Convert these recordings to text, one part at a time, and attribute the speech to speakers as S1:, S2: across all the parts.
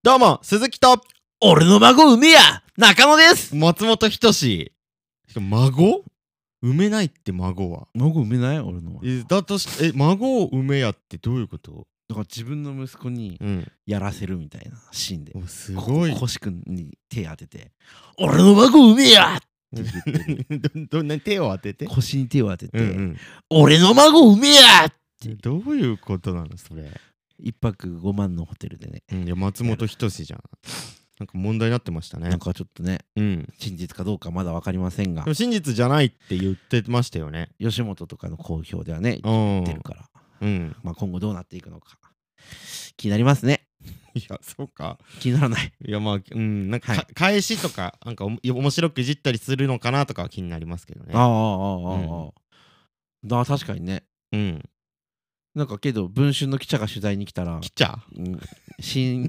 S1: どうも、鈴木と
S2: 俺の孫梅や中野です
S1: 松本人志。孫埋めないって孫は。
S2: 孫梅ない俺の。
S1: えだとし、え、孫を埋めやってどういうこと
S2: だから自分の息子に
S1: うん。
S2: やらせるみたいなシーンで。
S1: おすごい。
S2: 星くんに手当てて、俺の孫梅や
S1: ど、 どんな手を当てて
S2: 腰に手を当てて、
S1: うんうん
S2: 俺の孫梅や
S1: どういうことなのそれ。
S2: 一泊5万のホテルでね。
S1: うん、いや、松本人志じゃん。なんか問題になってました
S2: な
S1: ね
S2: ん。かちょっとね、
S1: うん。で
S2: 真実かどうかまだ分かりませんが
S1: も、真実じゃないって言ってましたよね。
S2: 吉本とかの公表ではね、
S1: う
S2: 言
S1: ん
S2: ってるから、
S1: うん。
S2: まあ今後どうなっていくのか、気になりますね。
S1: いや、そうか。
S2: 気にならない。
S1: いや、まあ、うん、なんか、
S2: は
S1: か
S2: い
S1: 返しとか、なんかおも面白くいじったりするのかなとかは気になりますけどね。
S2: ああ、ああ、ああ。だ確かにね。
S1: うん。
S2: なんかけど文春の記者が取材に来たら
S1: き、ちゃ
S2: うん新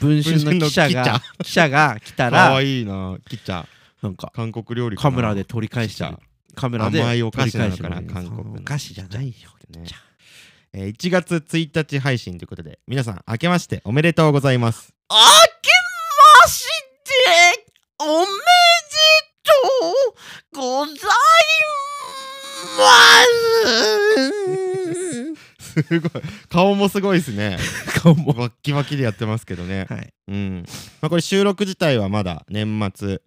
S2: 文春の記者
S1: 文春の
S2: が記者が来た
S1: かわ
S2: ら
S1: いいなきちゃ
S2: なんか
S1: 韓国料理か
S2: カ
S1: な
S2: メラで取り返しちゃうカメラで
S1: 甘いお
S2: 取
S1: 菓
S2: り
S1: 子な
S2: 返
S1: の
S2: しちゃ
S1: か
S2: う
S1: な韓国の
S2: お菓子じゃないよ
S1: ね
S2: じゃあ
S1: えー1月1日配信ということで皆さん明けましておめでとうございます
S2: あけましておめでとうございます
S1: すごい顔もすごいです ね
S2: 顔も
S1: バッキバキでやってますけどね
S2: はい
S1: うんまあこれ収録自体はまだ年末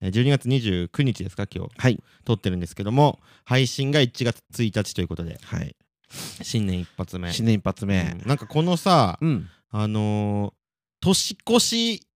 S1: えー12月29日ですか今日
S2: はい
S1: 撮ってるんですけども配信が1月1日ということで
S2: はい
S1: 新年一発目、
S2: 新年一発目
S1: うんなんかこのさ
S2: うん
S1: あのー年越し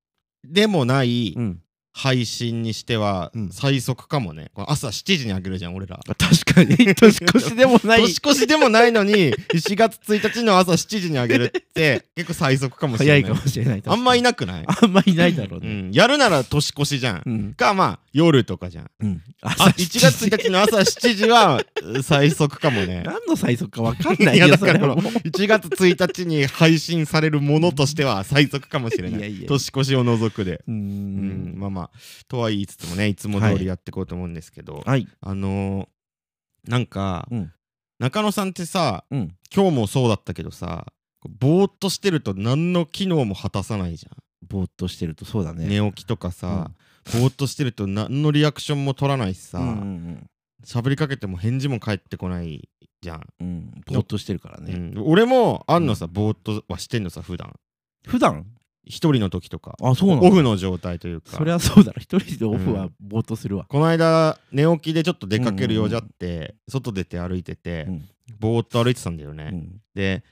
S1: でもない、
S2: うん
S1: 配信にしては
S2: うん
S1: 最速かもね、これ朝7時にあげるじゃん俺ら
S2: 確かに年越しでもない
S1: 年越しでもないのに 4月1日の朝7時にあげるって 結構最速かもし
S2: 早
S1: れ
S2: い
S1: ない
S2: かもしれない
S1: あんまい
S2: な
S1: なくない、
S2: あんまいないだろう
S1: う
S2: ね
S1: ん、やるなら年越しじゃん、
S2: うん
S1: かまあ夜とかじゃん
S2: うん
S1: あ
S2: 朝7
S1: 1
S2: 時
S1: 月1日の朝7時は 最速かもね
S2: 何の最速か分かんない
S1: いや
S2: よ
S1: だ
S2: そ
S1: から
S2: れは
S1: こ
S2: もう
S1: 1月1日に配信されるものとしては最速かもしれない
S2: いやいや
S1: 年越しを除くで
S2: う
S1: う
S2: ー
S1: ん、
S2: ん
S1: まあまあとは言いつつもねいつも通りやっていこうと思うんですけど、
S2: はい
S1: あのー、なんか、
S2: うん
S1: 中野さんってさ
S2: うん
S1: 今日もそうだったけどさこうぼーっとしてると何の機能も果たさないじゃ
S2: ぼーっとしてるとそうだ
S1: ん、
S2: ね
S1: 寝起きとかさ、ぼーっとしてると何のリアクションも取らないしさ
S2: うんうん
S1: 喋、りかけても返事も返ってこないじゃん、
S2: うんうんぼーっとしてるからね
S1: うん俺もあんのさ、ぼーっとはしてんのさ普段
S2: 普段
S1: 一人の時とか
S2: あそうな
S1: オ
S2: の
S1: フの状態というか
S2: そりゃそうだろ一人でオフはぼーっとするわ
S1: この間寝起きでちょっと出かける用じゃって、外出て歩いてて、
S2: うん
S1: ぼーっと歩いてたんだよね、
S2: うん
S1: で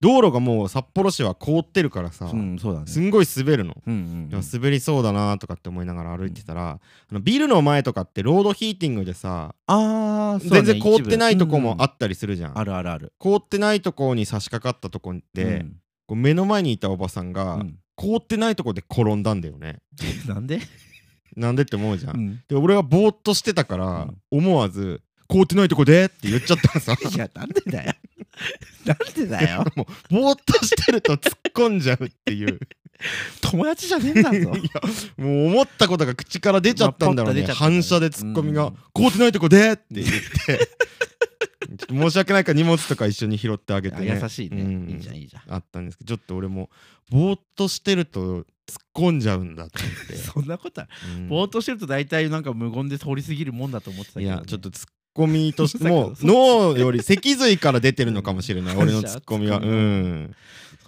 S1: 道路がもう札幌市は凍ってるからさ、
S2: うんそうだね
S1: すんごい滑るの、
S2: うん
S1: で
S2: うんう
S1: も
S2: ん
S1: 滑りそうだなとかって思いながら歩いてたら、あのビルの前とかってロードヒーティングでさ、
S2: ああそうだ
S1: 全
S2: ね
S1: 然凍ってないとこ
S2: 一
S1: も
S2: 部
S1: あったりするじゃん、
S2: うんあるあるある
S1: 凍ってないとこに差し掛かったとこで、
S2: うん
S1: こう目の前にいたおばさんが、
S2: うん
S1: 凍ってないとこで転んだんだよね
S2: なんで
S1: なんでって思うじゃん、
S2: うん
S1: で俺はぼーっとしてたから、
S2: うん
S1: 思わず凍ってないとこでって言っちゃったのさ
S2: いやなんでだよなんでだよ
S1: もうぼーっとしてると突っ込んじゃうっていう
S2: 友達じゃねえんだぞ
S1: いやもう思ったことが口から出ちゃったんだろうね、
S2: まあポッと出ちゃったんだね
S1: 反射でツッコミ
S2: う
S1: が
S2: ん
S1: 「凍ってないとこで!」って言ってちょっと申し訳ないから荷物とか一緒に拾ってあげて、
S2: あ
S1: ね、
S2: 優しいね
S1: うん
S2: いいじゃんいいじゃん
S1: あったんですけどちょっと俺もぼーっとしてると突っ込んじゃうんだって言って
S2: そんなことは、
S1: うん
S2: ぼーっとしてると大体なんか無言で通り過ぎるもんだと思ってたけ
S1: い
S2: どね、
S1: やちょっとツッコミとしてもう
S2: そう
S1: 脳より脊髄から出てるのかもしれない
S2: うん
S1: 俺のツッコ ミはう
S2: 反射
S1: ん、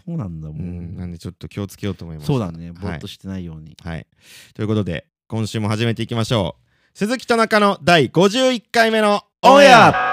S2: そうなんだも、
S1: うんん、なんでちょっと気をつけようと思います
S2: そうだね
S1: い
S2: ぼーっとしてないように、
S1: はい。ということで、今週も始めていきましょう。鈴木と中野第51回目のオンエア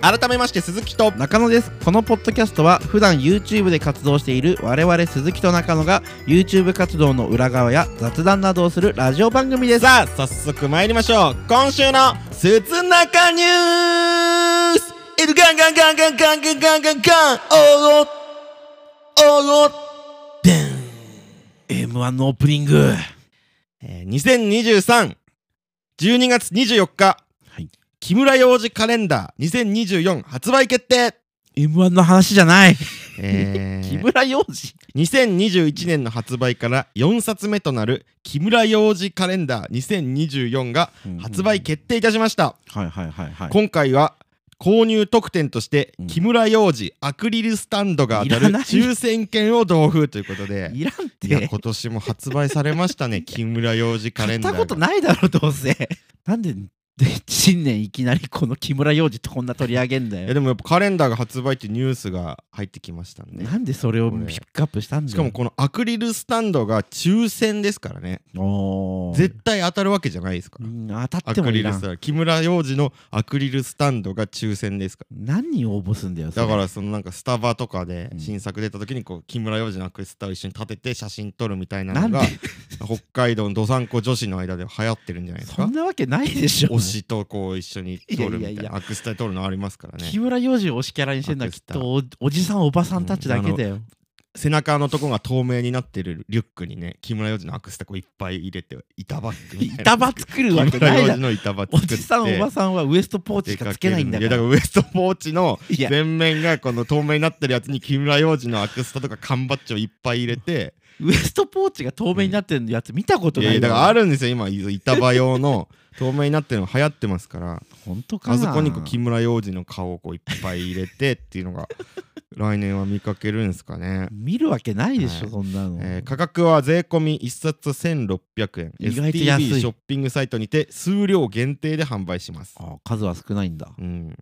S1: 改めまして鈴木と
S2: 中野ですこのポッドキャストは普段 YouTube で活動している我々鈴木と中野が YouTube 活動の裏側や雑談などをするラジオ番組です
S1: さあ早速参りましょう今週の「鈴中ニュース」エルガンガンガンガンガンガンガンガンガンおーおーおー
S2: M1 のオープニング
S1: えー2023 12月24日、
S2: はい
S1: 木村洋二カレンダー2024発売決定
S2: M1 の話じゃない。
S1: えー
S2: 木村洋二。
S1: 2021年の発売から4冊目となる木村洋二カレンダー2024が発売決定いたしました、
S2: はいはいはいはい。
S1: 今回は購入特典として
S2: うん
S1: 木村洋二アクリルスタンドが当たる
S2: いらない
S1: 抽選券を同封ということで
S2: いらんっ
S1: いや
S2: て。
S1: 今年も発売されました ね木村洋二カ
S2: 買
S1: レ
S2: っ
S1: ンダ
S2: た
S1: ー
S2: ことないだろ、どう せ。なんで、で新年いきなりこの木村洋二とこんな取り上げんだ
S1: いや
S2: よ。
S1: でもやっぱカレンダーが発売ってニュースが入ってきましたね
S2: なんでそれをピ
S1: これ
S2: ックアップしたんだよ。
S1: しかもこのアクリルスタンドが抽選ですからね
S2: おー
S1: 絶対当たるわけじゃないですから
S2: うん当た
S1: ア
S2: っても
S1: ク
S2: い
S1: リ
S2: ら
S1: ルスタ
S2: ん
S1: ンド木村洋二のアクリルスタンドが抽選ですか
S2: 何に応募すんだよそ
S1: ら
S2: れ
S1: だからそのなんかスタバとかで
S2: うん
S1: 新作出た時にこう木村洋二のアクリルスタンドを一緒に立てて写真撮るみたいな
S2: な
S1: の
S2: んで
S1: が北海道のどさんこ女子の間で流行ってるんじゃないです
S2: そ
S1: か
S2: んなわけないでしょ
S1: 推しとこう一緒に撮るみたい
S2: いやいやい
S1: なアクスタで撮るのありますからね
S2: 木村洋二を推しキャラにしてんのはきっ
S1: アクスタ
S2: とおおじさんおばさんたちだけだよ
S1: 背中のとこが透明になってるリュックにね木村洋二のアクスタこういっぱい入れて板バッグみたいな
S2: 板場作るわ
S1: 木
S2: けな
S1: 村
S2: い
S1: 洋
S2: だ
S1: 二の板バッグ
S2: お
S1: 作って
S2: じさんおばさんはウエストポーチしかつけないんだか
S1: いやだかららウエストポーチの
S2: いや
S1: 全面がこの透明になってるやつに木村洋二のアクスタとか缶バッジをいっぱい入れて
S2: ウエストポーチが透明になってるやつ見たこと
S1: い
S2: な
S1: やい
S2: い
S1: やだからあ
S2: る
S1: るんですよ今板場用の透明になってるの流行ってますから
S2: 本当かな
S1: あそこにこう木村洋二の顔をこういっぱい入れてっていうのが来年は見かけるんですかね、
S2: 見るわけないでし
S1: は
S2: ょそんなの
S1: えー価格は税込み1冊1600円
S2: 意外と安い
S1: STB ショッピングサイトにて数量限定で販売します
S2: あ数は少ないんだ
S1: うん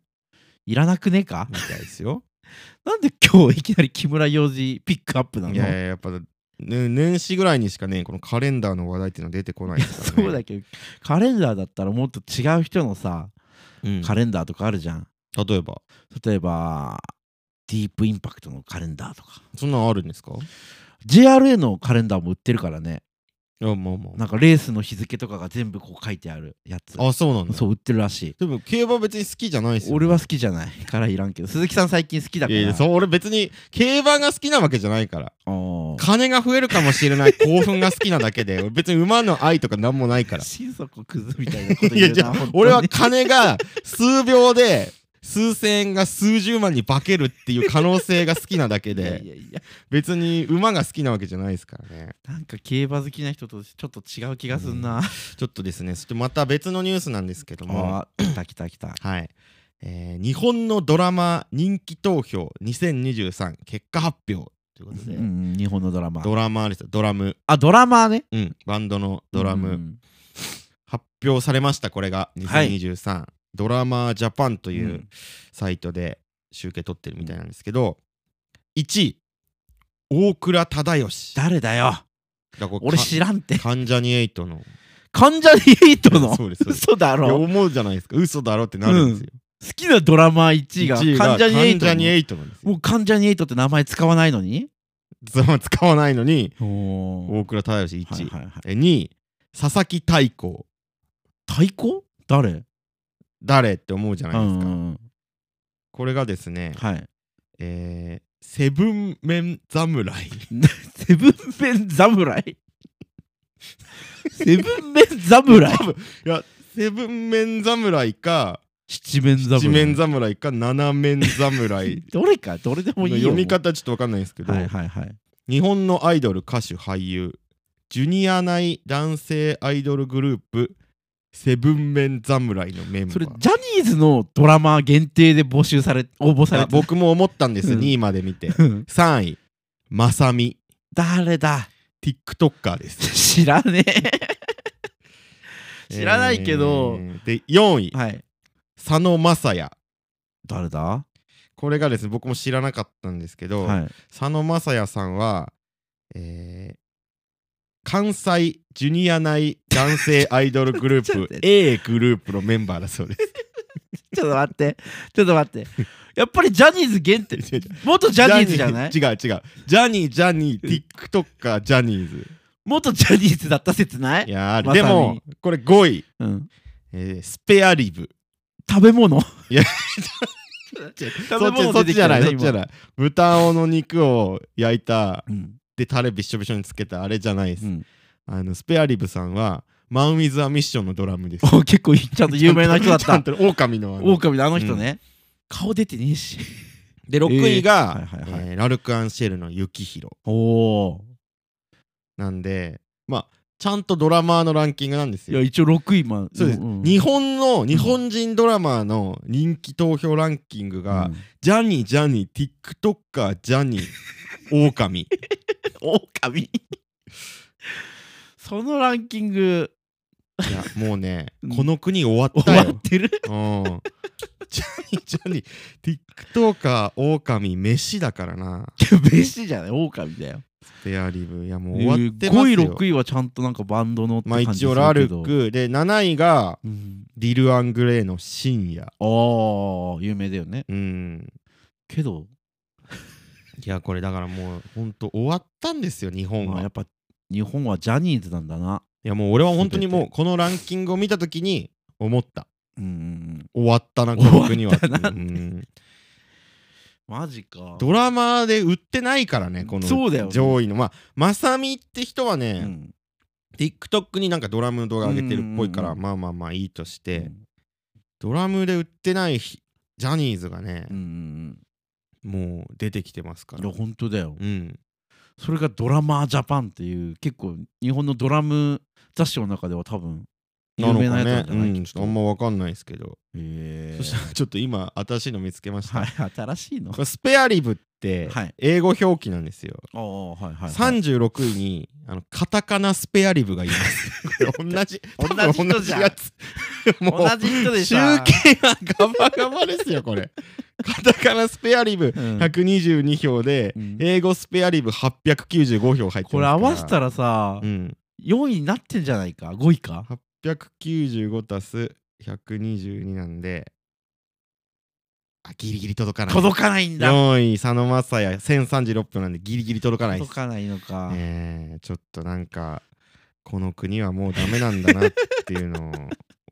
S2: いらなくねえか
S1: みたいですよ
S2: なんで今日いきなり木村洋二ピックアップ なの
S1: いやいややっぱ、ね、年始ぐらいにしかねこのカレンダーの話題っていうのは出てこないですからね
S2: そうだけどカレンダーだったらもっと違う人のさ
S1: うん
S2: カレンダーとかあるじゃん
S1: 例えば
S2: 例えばディープインパクトのカレンダーとか
S1: そんなんあるんですか
S2: JRA のカレンダーも売ってるからね
S1: いやまあま
S2: なんかレースの日付とかが全部こう書いてあるやつ
S1: ああそうなんだ
S2: そう売ってるらしい
S1: でも競馬別に好きじゃないですよ
S2: 俺は好きじゃないからいらんけど鈴木さん最近好きだか
S1: い
S2: ら
S1: やいやそう俺別に競馬が好きなわけじゃないから
S2: あー
S1: 金が増えるかもしれない興奮が好きなだけで俺別に馬の愛とかなんもないから
S2: 心底クズみたいなこと
S1: い
S2: 言う
S1: や
S2: な
S1: じゃあ
S2: 本当に
S1: 俺は金が数秒で数千円が数十万に化けるっていう可能性が好きなだけ
S2: いやい
S1: で
S2: やいや
S1: 別に馬が好きなわけじゃないですからね
S2: なんか競馬好きな人とちょっと違う気がすんな、
S1: ちょっとですね、そしてまた別のニュースなんですけども、
S2: あー来た来た来た
S1: はい。えー日本のドラマ人気投票2023結果発表ということで、
S2: うん日本のドラマ
S1: ドラマーですよ、ドラム、
S2: あドラマーね
S1: うん、バンドのドラム、
S2: うん
S1: 発表されました、これが2023、ドラマージャパンといううんサイトで集計取ってるみたいなんですけど、1位、大倉忠義。
S2: 誰だよ
S1: だからこれ
S2: 俺
S1: か
S2: 知らんて
S1: 関ジャニエイト の。
S2: 関ジャニエイト の
S1: そうですそうです
S2: 嘘だ
S1: いや
S2: ろ
S1: 思うじゃないですか、嘘だろってなるんですよ。
S2: 好きなドラマー1位が
S1: 1位が
S2: 関ジャニエイ
S1: 関
S2: ト
S1: ジャニ
S2: の
S1: エイトなんですよ
S2: もう関ジャニエイトって名前使わないのに
S1: その使わないのに
S2: お
S1: 大倉忠義1位、
S2: はいはいはい
S1: え2位佐々木大光
S2: 太鼓誰
S1: 誰って思うじゃ
S2: う
S1: なんいですか、
S2: うんうん
S1: これがですね、
S2: はい
S1: えーセブンメン侍
S2: セブンメン 侍セブンメン侍
S1: 多分いやセブンメン侍か
S2: 七面侍
S1: 地面侍か七面侍
S2: どれかどれで
S1: の
S2: もいいよ
S1: 読み方ちょっと分かんないですけど、
S2: はいはいはい
S1: 日本のアイドル歌手俳優ジュニア内男性アイドルグループセブンメン侍のメンバー
S2: それジャニーズのドラマー限定で募集され応募さ
S1: い
S2: れ
S1: や
S2: て
S1: 僕も思ったんです、
S2: うん
S1: 2位まで見て
S2: うん
S1: 3位まさみ
S2: 誰だ
S1: TikToker です
S2: 知らねえ 知らないけど、
S1: えーで4位
S2: はい
S1: 佐野正也
S2: 誰だ
S1: これがですね僕も知らなかったんですけど、
S2: はい
S1: 佐野正也さんは、えー関西ジュニア内男性アイドルグル
S2: ちょ
S1: ー
S2: っと
S1: プ
S2: 待っ
S1: A グループのメンバーだそうです
S2: ちょっと待ってちょっと待ってやっぱりジャニーズ限定
S1: 違う違う
S2: 元 ジャニーズじゃない
S1: ジャニー違う違うジャニージャニー TikToker ジャニーズ
S2: 元ジャニーズだった説ない
S1: いやー
S2: まさ
S1: で
S2: み
S1: もこれ5位、
S2: うん、
S1: えースペアリブ
S2: 食べ物
S1: い や
S2: 食
S1: そ
S2: べ
S1: っち
S2: 物
S1: そっちじゃない
S2: 出
S1: そ
S2: て
S1: っちじ
S2: きた
S1: ゃ
S2: ね
S1: ない豚をの肉を焼いた
S2: 今
S1: でタレびっしょびしょにつけたあれじゃないです、
S2: うん
S1: あのスペアリブさんはマン・ウィズ・ア・ミッションのドラムです
S2: うん、お 結構いいちゃんと有名な人だっ
S1: ちゃん
S2: た
S1: と狼のあの
S2: 狼のあの人ね、顔出てねえし
S1: で6位
S2: はい
S1: が、
S2: はい
S1: え
S2: はい
S1: ーラルク・アンシェルの「雪広
S2: おお」
S1: なんでまあちゃんとドラマーのランキングなんです
S2: いや
S1: よ。
S2: 一応6位ま
S1: そうです、
S2: ん
S1: 日本の日本人ドラマーの人気投票ランキングが、
S2: うん
S1: ジャニージャニー TikToker ジャニー 狼
S2: 狼そのランキング
S1: いやもうね、
S2: うん
S1: この国終わっ
S2: 終
S1: た
S2: わ
S1: よ。
S2: ってる
S1: うん、ジャニージャニー TikToker 狼飯だから な。
S2: べしじゃない狼だよ
S1: スペアリブいやもう終わってますよ。
S2: 5位6位はちゃんとなんかバンドのって
S1: まあ
S2: 感じ
S1: 一応ラル
S2: するけど、
S1: クで7位が
S2: うん、
S1: ディル・アングレイの深夜。
S2: ああ有名だよね
S1: うん。
S2: けど、
S1: いやこれだからもうほんと終わったんですよ日本
S2: まあ、
S1: は。
S2: や
S1: い
S2: っぱ日本はジャニーズなんだな
S1: やもう俺は本当にも
S2: 全
S1: うこのランキングを見た時に思った。
S2: うんうんうん
S1: 終わったなこの国は。
S2: 終わったなって
S1: うん
S2: マジか
S1: ドラマで売ってないからねこ
S2: そうだよ
S1: の
S2: ね
S1: 上位のまあまさみって人は
S2: う
S1: ね、
S2: ん
S1: TikTok になんかドラムの動画上げてるっぽいから、
S2: うんうん
S1: まあまあまあいいとし
S2: う
S1: て、
S2: ん
S1: ドラムで売ってないひジャニーズがね
S2: う、ん
S1: もう出てきてますか
S2: うんいや
S1: ら
S2: 本当だよ
S1: うん
S2: それがドラマージャパンっていう結構日本のドラム雑誌の中では多分有名なやつなんじゃない
S1: のかねうん、ちょ
S2: きっ
S1: っ
S2: と
S1: とあんまわかんないですけど、
S2: へえ
S1: そしたらちょっと今新しいの見つけました、
S2: はい新しいの
S1: これスペアリブって
S2: はい
S1: 英語表記なんですよ、
S2: ああはいはいはい
S1: 36位にあのカタカナスペアリブがいます これ同じ多分
S2: 同じ人じゃん
S1: 同やつもう
S2: 同じ人でし
S1: 集計
S2: ょ
S1: がガバガバですよこれ カタカナスペアリブ
S2: うん
S1: 122票で、
S2: うん
S1: 英語スペアリブ895票入ってますから
S2: これ合わせたらさ、
S1: うん
S2: 4位になってんじゃないか5位か
S1: 895足す122なんであギリギリ届かない
S2: 届かないんだ
S1: 4位佐野正也1036票なんでギリギリ届かないで
S2: 届
S1: す
S2: かないのか、
S1: えーちょっとなんかこの国はもうダメなんだなっていうのを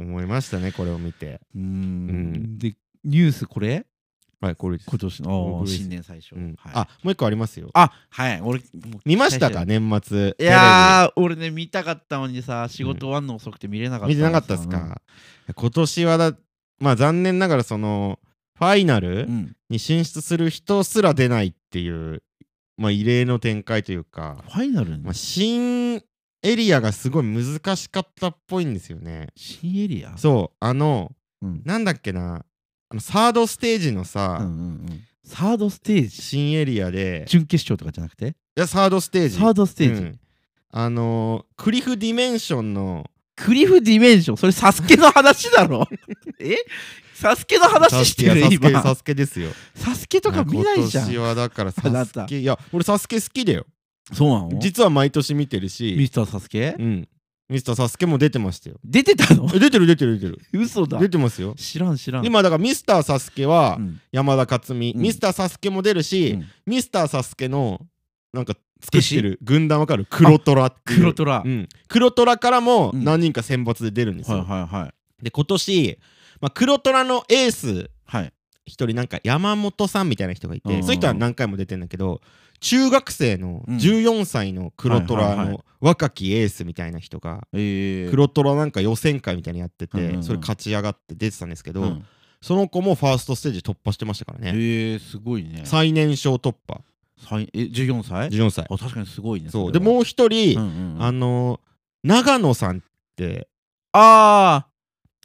S1: 思いましたねこれを見て
S2: うーん
S1: うん
S2: でニュースこれ
S1: はいこれです
S2: 今年のあ
S1: 僕
S2: ー
S1: です
S2: 新年最初、
S1: うん
S2: はい、
S1: あもう一個ありますよ
S2: あはい俺もう
S1: 見ましたか年末
S2: いやー俺ね見たかったのにさ仕事終わんの遅くて見れなかった
S1: テレビ見てなかったですか今年はだまあ残念ながらそのファイナル
S2: うん
S1: に進出する人すら出ないっていうまあ異例の展開というか
S2: フ、ァイナルに
S1: まあ、新エリアがすごい難しかったっぽいんですよね
S2: 新エリア
S1: そうあの
S2: うん
S1: なんだっけなあのサードステージのさ、
S2: うんうんうんサードステージ
S1: 新エリアで
S2: 準決勝とかじゃなくて
S1: いやサードステージ
S2: サードステージ、
S1: うんあのークリフディメンションの
S2: クリフディメンションそれサスケの話だろ えサスケの話してる
S1: サスケいやサスケ
S2: 今
S1: サスケです よ
S2: サスケとか見ないじゃ
S1: 今年
S2: ん
S1: はだから
S2: あな
S1: サ
S2: た
S1: スケいや俺サスケ好きだよ
S2: そうなの
S1: 実は毎年見てる
S2: ミ
S1: し
S2: スターサスケ
S1: うんミスターサスケも出てましたよ
S2: 出てたの
S1: え出てる出てる出てる
S2: 嘘だ
S1: 出てますよ
S2: 知らん知らん
S1: 今だからミスターサスケは
S2: うん
S1: 山田勝美、
S2: うん
S1: ミスターサスケも出るし、
S2: うん
S1: ミスターサスケのなんか作ってる軍団わかる黒虎っていう
S2: 黒虎
S1: うん、黒虎からも
S2: うん
S1: 何人か選抜で出るんです
S2: は
S1: よ、
S2: いはいはい
S1: で今年、まあ、黒虎のエース
S2: はい
S1: 一人なんか山本さんみたいな人がいて、
S2: うん
S1: そういう人は何回も出てんだけど中学生の
S2: うん
S1: 14歳の黒
S2: は
S1: 虎
S2: いはいは
S1: の若きエースみたいな人が
S2: えー
S1: 黒虎なんか予選会みたいにやってて、
S2: うんうんうん
S1: それ勝ち上がって出てたんですけど、
S2: うん
S1: その子もファーストステージ突破してましたから
S2: え
S1: ね、
S2: ーすごいね
S1: 最年少突破
S2: 最え14歳
S1: 14歳
S2: あ確かにすごいね
S1: そうでもう一
S2: う
S1: 人、
S2: んうんうん
S1: あの長野さんってあ
S2: あー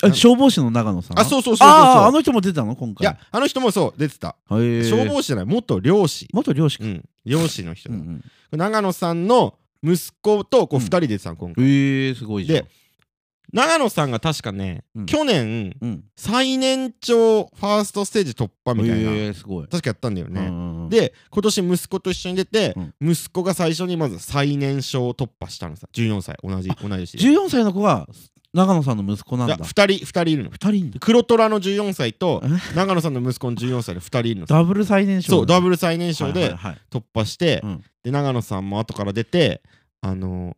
S2: え消防士の長野さん
S1: あそうそうそうそうそう
S2: あーあの人も出てたの今
S1: い
S2: 回
S1: やあの人もそう出てた
S2: へー
S1: 消防士じゃない元漁師
S2: 元漁師か
S1: うん漁師の人
S2: うん
S1: だ
S2: うん
S1: 長野さんの息子とこう
S2: うん
S1: 2人出てたの今回
S2: えーすごいじゃん
S1: で長野さんが確かね
S2: うん
S1: 去年
S2: うん
S1: 最年長ファーストステージ突破みたいな
S2: えーすごい
S1: 確かやったんだよね
S2: で
S1: で今年息子と一緒に出て
S2: うん
S1: 息子が最初にまず最年少突破したのさ14歳同じ同い年でい
S2: 14歳の子が長野さんの息子なんだ
S1: や2人2人いるの
S2: 二人いんだ
S1: 黒虎の14歳と長野さんの息子の14歳で2人いるのさ
S2: ダブル最年少
S1: そうダ
S2: ブル
S1: ブル最年少で突破して、
S2: うん
S1: で長野さんも後から出てあの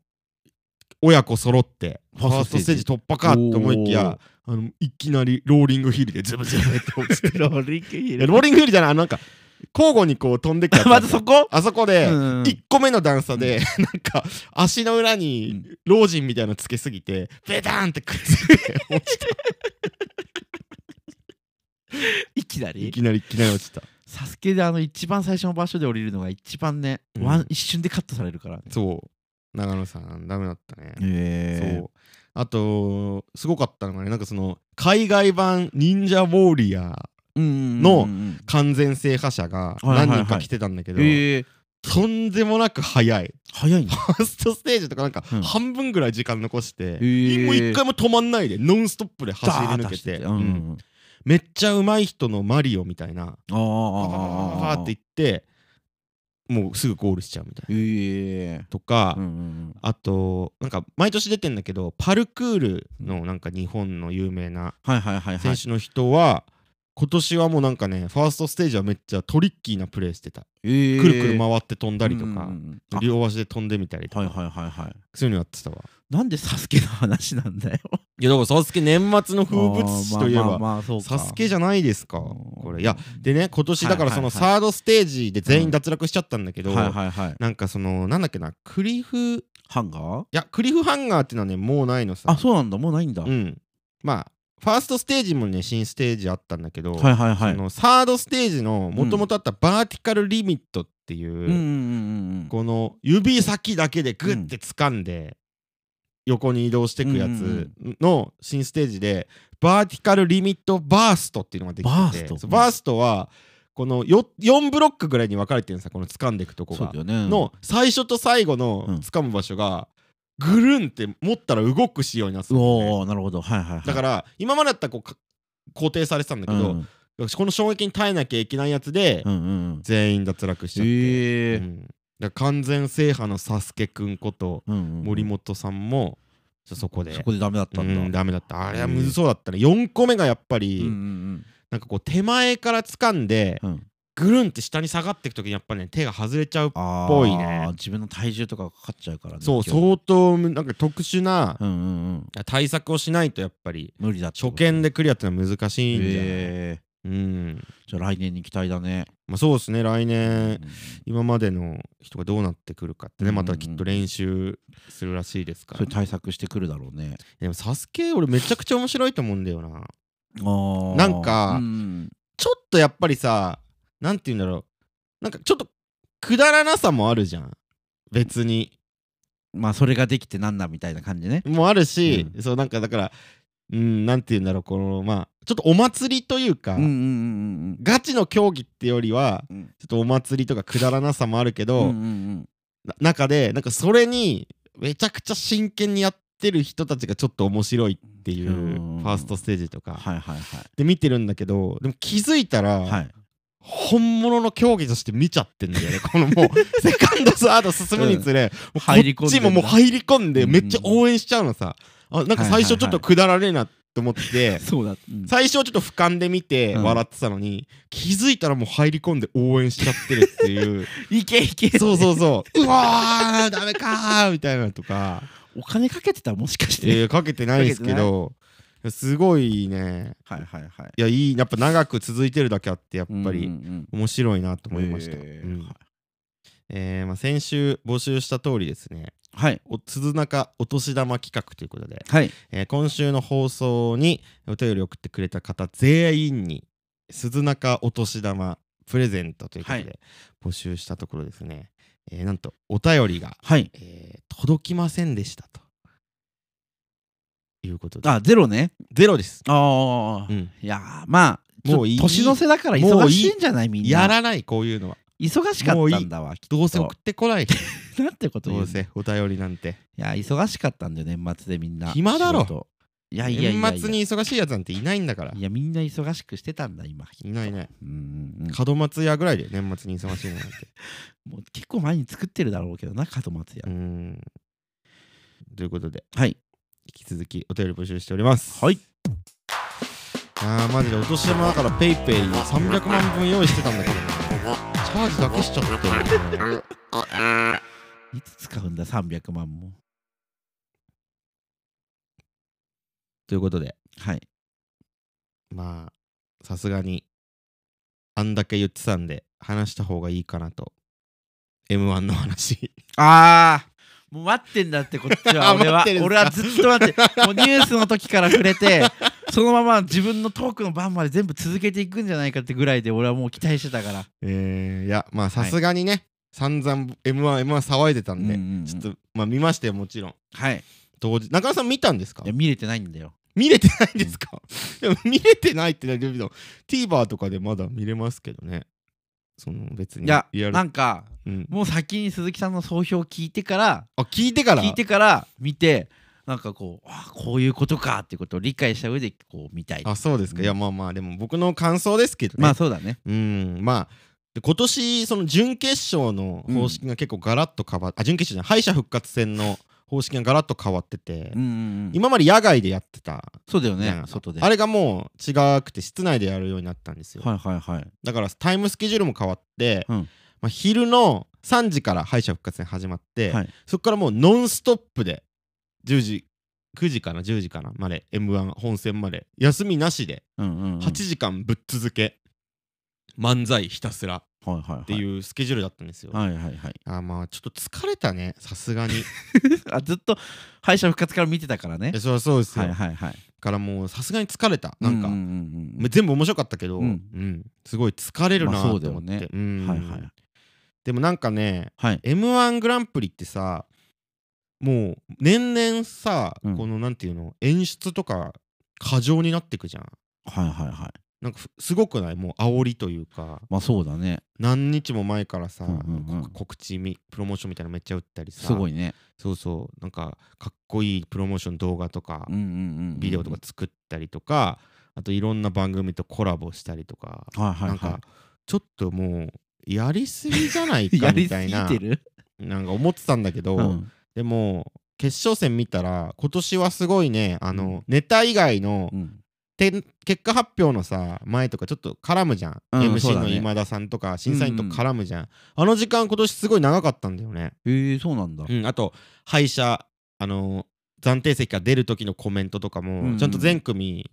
S1: 親子揃って
S2: フ
S1: フ
S2: ァ
S1: ァ
S2: ー
S1: ー
S2: ス
S1: ス
S2: ト
S1: ト
S2: ス
S1: ス
S2: テ
S1: テ
S2: ー
S1: ー
S2: ジ
S1: ジ突破かと思いきやあのいきなりローリングヒルでズブズブって落ちて
S2: ローリングヒ
S1: い
S2: ル
S1: やローリングヒルじゃないあのなんか交互にこう飛んでく やつ
S2: まずそこ
S1: あそこで、
S2: うん
S1: 1個目の段差で、 なんか足の裏
S2: う
S1: に
S2: ん
S1: 老人みたいなのつけすぎてベターンって くっついて落ちた
S2: いきないり
S1: きなりいきなり落ちた
S2: サスケであの一番最初の場所で降りるのが一番ね、
S1: うん
S2: ワン一瞬でカットされるからね。
S1: そう長野さんダメだったね、
S2: へ
S1: そうあとすごかったのがねなんかその海外版「忍者ウォーリアー
S2: う。
S1: の
S2: の、
S1: 完全制覇者が
S2: はいはいはい
S1: 何人か来てたんだけど、
S2: へえ
S1: とんでもなく早い
S2: 早いね。
S1: ファーストステージとかなんか
S2: うん
S1: 半分ぐらい時間残して、
S2: ー
S1: もう一回も止まんないでノンストップで走り抜けて
S2: ダーッと走って
S1: うんめっちゃ上手い人のマリオみたいな
S2: うん
S1: パパパパパ
S2: ああ。
S1: パっていってもうすぐゴールしちゃうみたいな
S2: へえ
S1: とか、
S2: うんうん
S1: あとなんか毎年出てんだけどパルクールのなんか日本の有名な
S2: はいはいはいは
S1: 選
S2: い。
S1: 手の人は今年はもうなんかねファーストステージはめっちゃトリッキーなプレーしてた
S2: くる
S1: くるくる回って飛んだりとか
S2: は、
S1: 両足で飛んでみたりとか、
S2: いはいはいはい。
S1: そういうのやってたわ
S2: なんでサスケの話なん だよ。
S1: いやだからサスケ年末の風物詩といえば、
S2: ば、サ
S1: サスケじ
S2: ゃ
S1: ゃないですかこれいやでね今年だからその
S2: はいはいは
S1: サードステージで全員脱落しちゃったんだけど、
S2: はいはいはい。
S1: なんかそのなんだっけなクリフい
S2: ハンガー
S1: やクリフハンガーっていうのはねもうないのさ
S2: あ、そうなんだ、もうないんだ。は
S1: う
S2: い
S1: んまあファーストステージもね新ステージあったんだけど、
S2: はいはい。
S1: そのサードステージのもともとあったバーティカルリミットっていう、
S2: うんうんうんうん。
S1: この指先だけでグッて掴んで横に移動していくやつの新ステージでバーティカルリミットバーストっていうのができてて
S2: バースト
S1: そうバーストはこの 4, 4ブロックぐらいに分かれてるんさこの掴んでいくとこ
S2: そう
S1: が
S2: だ。よね。
S1: の最初と最後の
S2: うん
S1: 掴む場所がぐるんって持ったら動く仕様になってた
S2: う
S1: のね
S2: おーなるほど。はいはいはい。、
S1: だからら今までだったらこうか固定されてたんだけ
S2: うんう
S1: ど
S2: ん
S1: この衝撃に耐えなきゃいけないやつで
S2: うん。
S1: 全員脱落しちゃって。う
S2: へえ。
S1: ん、だから完全制覇のサスケくんこと
S2: うんうん
S1: 森本さんもちょそこで
S2: そこでダメだった
S1: うん
S2: んだ。
S1: ダメだったあれはむずそうだったね4個目がやっぱ
S2: う
S1: り、
S2: んうん
S1: なんかこう手前から掴んで
S2: うんうん。
S1: ぐるんって下に下がっていく時にやっぱね手が外れちゃう
S2: あー
S1: ぽいね
S2: 自分の体重とかがかかっちゃうからね。
S1: そう
S2: 今日。
S1: 相当むなんか特殊な
S2: うんうんうん。
S1: 対策をしないとやっぱり
S2: 無理だってこ
S1: 初
S2: と。
S1: 見でクリアってのは難しいんじゃない、
S2: へえ。
S1: うん
S2: じゃあ来年に期待だね。
S1: まあ、そうですね来年
S2: うん
S1: 今までの人がどうなってくるかってねまたきっ
S2: うんう
S1: と
S2: ん
S1: 練習するらしいですから
S2: そういう対策してくるだろうね。
S1: でも「サスケ俺めちゃくちゃ面白いと思うんだよな
S2: あー
S1: なんか
S2: うん
S1: ちょっとやっぱりさなんて言うんだろうなんかちょっとくだらなさもあるじゃん別に
S2: まあそれができてなんだみたいな感じね。
S1: もあるし、
S2: う
S1: そうなんかだからうんなんて言うんだろうこのまあちょっとお祭りというか、
S2: うんうんうん
S1: ガチの競技ってよりは
S2: うんうん。
S1: ちょっとお祭りとかくだらなさもあるけ
S2: う
S1: ど、
S2: んうんうん。
S1: な中でなんかそれにめちゃくちゃ真剣にやってる人たちがちょっと面白いっていう
S2: うん
S1: ファーストステージとか、
S2: はいはいは
S1: で見てるんだけどでも気づいたら、
S2: い。はい。
S1: 本物の競技として見ちゃってんだよね、 このもう、セカンド、サード進むにつれ、もう
S2: 入り
S1: こ
S2: 込
S1: っ
S2: んで
S1: ち
S2: んだ
S1: ももう入り込んで、
S2: うん
S1: めっちゃ応援しちゃうのさ、あなんか最初ちょっとくだらねえなって思って、
S2: そうだ。うん
S1: 最初はちょっと俯瞰で見て
S2: うん
S1: 笑ってたのに、気づいたらもう入り込んで応援しちゃってるっていう、
S2: いけいけ。
S1: そうそうそう、うわー、ダメかーみたいなのとか、
S2: お金かけてたらもしかして。
S1: えーかけてないですけど、すごいね、
S2: はいはいはい。
S1: いや、いい、やっぱ長く続いてるだけあって、やっ
S2: うんうん
S1: ぱり。
S2: うん
S1: 面白いなと思いました。
S2: えー
S1: うんえーまあ、先週募集した通りですね
S2: はい。
S1: お鈴中お年玉企画ということで、
S2: はい。
S1: えー今週の放送にお便りを送ってくれた方全員に鈴中お年玉プレゼントということ
S2: は
S1: で募集したところですね、えーなんとお便りが、
S2: はい。
S1: えー届きませんでしたということで
S2: あ、ゼロね。
S1: ゼロです、
S2: ああ
S1: う。ん、
S2: いやーまあ、ちょ
S1: もういい
S2: 年の瀬だから忙しいんじゃないみん
S1: や
S2: な。
S1: らないこういうのは
S2: 忙しかったんだわ。きっと
S1: どうせ送ってこない
S2: なんてこと
S1: ど
S2: 言う
S1: う
S2: のい
S1: せお便りなんて
S2: や、忙しかったんだよ、年末でみんな。
S1: 暇だろ
S2: 仕事。いやいやいやいや。
S1: 年末に忙しいやつなんていないんだから
S2: いや、みんな忙しくしてたんだ、今。
S1: いないね
S2: うんうんうん
S1: 門松屋ぐらいで年末に忙しいのなんて
S2: もう結構前に作ってるだろうけどな、門松
S1: うー
S2: 屋。
S1: んということで
S2: はい。
S1: 引き続きお便り募集しております
S2: はい
S1: あーマジでお年玉だからペイペイ300万分用意してたんだけどねチャージだけしちゃってるね
S2: いつ使うんだ、300万も。
S1: ということで
S2: はい。
S1: まあさすがにあんだけ言ってたんで話した方がいいかなと M1 の話
S2: ああもう待ってんだってこっ ち
S1: あ
S2: は俺は
S1: 待ってるん
S2: 俺
S1: ですか
S2: はずっと待ってもうニュースの時から触れて そのまま自分のトークの番まで全部続けていくんじゃないかってぐらいで俺はもう期待してたから、
S1: えーいやまあさすがにね、散々 m 1 m 1騒いでたんで、
S2: うんうんうん
S1: ちょっとまあ見ましたよもちろん
S2: はい
S1: 当時中野さん見たんですか
S2: いや見れてないんだよ
S1: 見れてないんですか、でも見れてないってなるけど TVer とかでまだ見れますけどねその別に
S2: いや
S1: リアル
S2: なんか
S1: うん、
S2: もう先に鈴木さんの総評を聞いてから
S1: あ聞いてから
S2: 聞いてから見てなんかこうあこういうことかっていうことを理解した上でこう見たい
S1: あそうですか、
S2: うん
S1: いやまあまあでも僕の感想ですけどね、
S2: まあそうだね
S1: うんまあで今年その準決勝の方式が結構ガラッと変わっ、あ準決勝じゃない敗者復活戦の方式がガラッと変わってて、
S2: うんうんうん
S1: 今まで野外でやってた
S2: そうだよ
S1: じゃ
S2: ね
S1: ん
S2: 外で
S1: あ
S2: れ
S1: れがもう違くて室内でやるようになったんですよ、
S2: はいはいはい
S1: だからタイムスケジュールも変わって、
S2: うん
S1: まあ、昼の3時から敗者復活戦始まって、
S2: はい
S1: そこからもうノンストップで10時9時かな10時かなまで m 1本戦まで休みなしで
S2: うんうんうん
S1: 8時間ぶっ続け、漫才ひたすらっ
S2: はいはいって
S1: いうスケジュールだったんですよ、
S2: はいはいはい
S1: あーまあちょっと疲れたねさす がに
S2: あずっと敗者復活から見てたからね
S1: えそりゃそうですよ、
S2: はいはいはい
S1: からもうさすがに疲れたなんか、
S2: うう
S1: ま全部面白かったけど、
S2: うん
S1: うんすごい疲れるな
S2: まあ
S1: と
S2: そ
S1: 思
S2: う
S1: って、
S2: だよね
S1: うん
S2: はいはい
S1: でもなんかね
S2: はい
S1: m 1グランプリってさもう年々さ、
S2: うん
S1: このなんていうの演出とか過剰になってくじゃん
S2: はいはいはい
S1: なんかふすごくないもう煽りというか
S2: まあそうだね
S1: 何日も前からさ、
S2: うんうんうん
S1: こ告知みプロモーションみたいなのめっちゃ打ったりさ
S2: すごいね
S1: そうそうなんかかっこいいプロモーション動画とか、
S2: うんうんうんうん
S1: ビデオとか作ったりとかあといろんな番組とコラボしたりとか、
S2: はいはい
S1: なん
S2: は
S1: かちょっともうやりすぎじゃない
S2: い
S1: か
S2: やり
S1: み
S2: す
S1: たい
S2: ぎ
S1: な
S2: てる
S1: なんか思ってたんだけど、
S2: うん
S1: でも決勝戦見たら今年はすごいねあの、
S2: うん
S1: ネタ以外の、
S2: うん
S1: て結果発表のさ前とかちょっと絡むじゃん、
S2: うんそ
S1: MC
S2: うだ
S1: の
S2: ね
S1: 今田さんとか審査員と絡むじゃん、あの時間今年すごい長かったんだよね、
S2: へえそうなんだ
S1: うん、あと敗者あの暫定席から出る時のコメントとかも、
S2: うん
S1: ちゃんと全組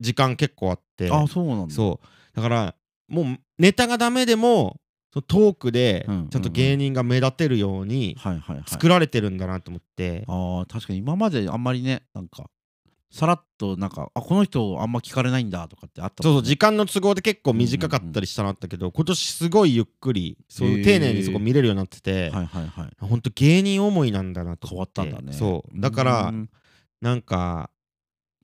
S1: 時間結構あって
S2: あそうなんだ
S1: そうだからもうネタがダメでもそのトークで
S2: うん
S1: ちゃんと芸人が目立てるように
S2: はいはいはい
S1: 作られてるんだなと思って、
S2: あー確かに今まであんまりねなんかさらっとなんかあこの人あんま聞かれないんだとかってあった
S1: そう
S2: も
S1: そう
S2: んね
S1: 時間の都合で結構短かったりしたのあったけど、今年すごいゆっくりそう
S2: へ
S1: い
S2: ー
S1: う丁寧にそこ見れるようになってて、
S2: はいはいはい
S1: ほんと芸人思いなんだなと
S2: 変
S1: 思
S2: わ
S1: っ
S2: ってたんだね
S1: そうだから、
S2: うん
S1: なんか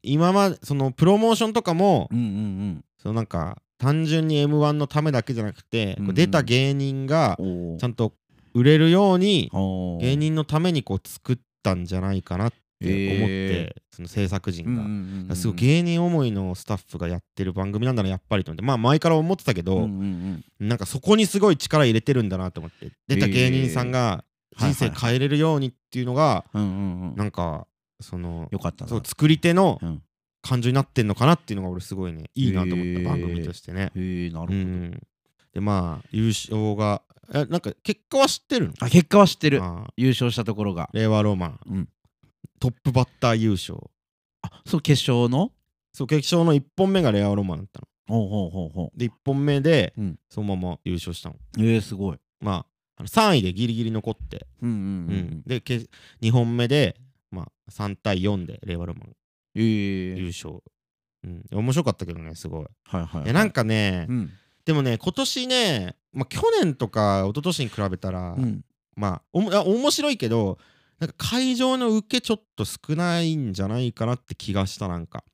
S1: 今までそのプロモーションとかも、
S2: うんうん
S1: そのなんか単純に m 1のためだけじゃなくて、
S2: うんうん
S1: こう出た芸人が
S2: うんおー
S1: ちゃんと売れるように
S2: おー
S1: 芸人のためにこう作ったんじゃないかなって思って、
S2: へ
S1: その制作陣
S2: うん
S1: が。
S2: うんうん
S1: すごい芸人思いのスタッフがやってる番組なんだなやっぱりと思ってまあ前から思ってたけど、
S2: うんうんうん
S1: なんかそこにすごい力入れてるんだなと思って出た芸人さんが
S2: えー
S1: 人生変えれるようにっていうのが
S2: うんうんうん
S1: なんかその
S2: よかったな
S1: そう作り手の
S2: うん
S1: 感情になってんのかなっていうのが俺すごいねいいなと思
S2: え
S1: っ
S2: ー
S1: た番組としてね。
S2: へえなるほ
S1: う
S2: ど
S1: ん、でまあ優勝がえなんか結果は知ってるの
S2: あ結果は知ってる
S1: ああ
S2: 優勝したところが
S1: 令和ロマン、
S2: うん
S1: トップバッター優勝
S2: あそう決勝の
S1: そう決勝の1本目が令和ロマンだったの
S2: ほうほうほうほ
S1: で1本目で、
S2: うん
S1: そのまま優勝したの
S2: うえーすごい
S1: まああの3位でギリギリ残って
S2: うんうんうんうん
S1: でけ2本目で、まあ、3対4で令和ロマン
S2: え
S1: 優
S2: え
S1: 勝、うん、面白かったけどねすごい,、
S2: はいはい
S1: い
S2: は
S1: や
S2: い
S1: なんかね、
S2: うん
S1: でもね今年ね、まあ、去年とか一昨年に比べたら、
S2: うん
S1: まあおもあ面白いけどなんか会場の受けちょっと少ないんじゃないかなって気がしたなんか、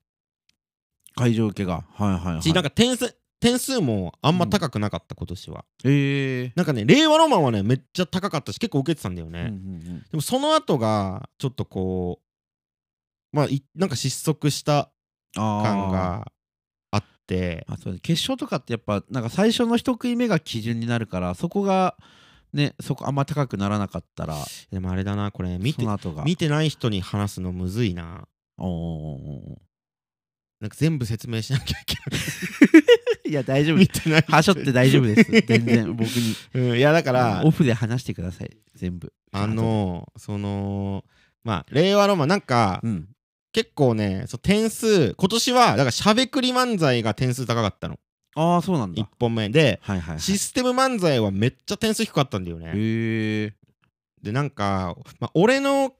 S2: 会場受けがはいはいはい
S1: しなんか点数点数もあんま高くなかった、今年は
S2: ええ
S1: なんかね令和ロマンはねめっちゃ高かったし結構受けてたんだよね、
S2: うんうんうん
S1: でもその後がちょっとこうまあいなんか失速した
S2: あー
S1: 感があって
S2: あそうね決勝とかってやっぱなんか最初の一食い目が基準になるからそこがねそこあんま高くならなかったら
S1: でもあれだなこれ見
S2: そ
S1: て
S2: の後が
S1: 見てない人に話すのむずいな
S2: おーおーおーお
S1: なんか全部説明しなきゃいけない
S2: ーいや大丈夫
S1: 見てない人
S2: はしょって大丈夫 です全然僕に
S1: うんいやだから
S2: オフで話してください全部
S1: あのそのまあ令和ロマンなんか
S2: うん
S1: 結構ねそう点数今年はだからしゃべくり漫才が点数高かったの
S2: ああそうなん
S1: 1
S2: だ
S1: 本目で
S2: はいはいはい
S1: システム漫才はめっちゃ点数低かったんだよね
S2: へえ
S1: でなんか、まあ、俺の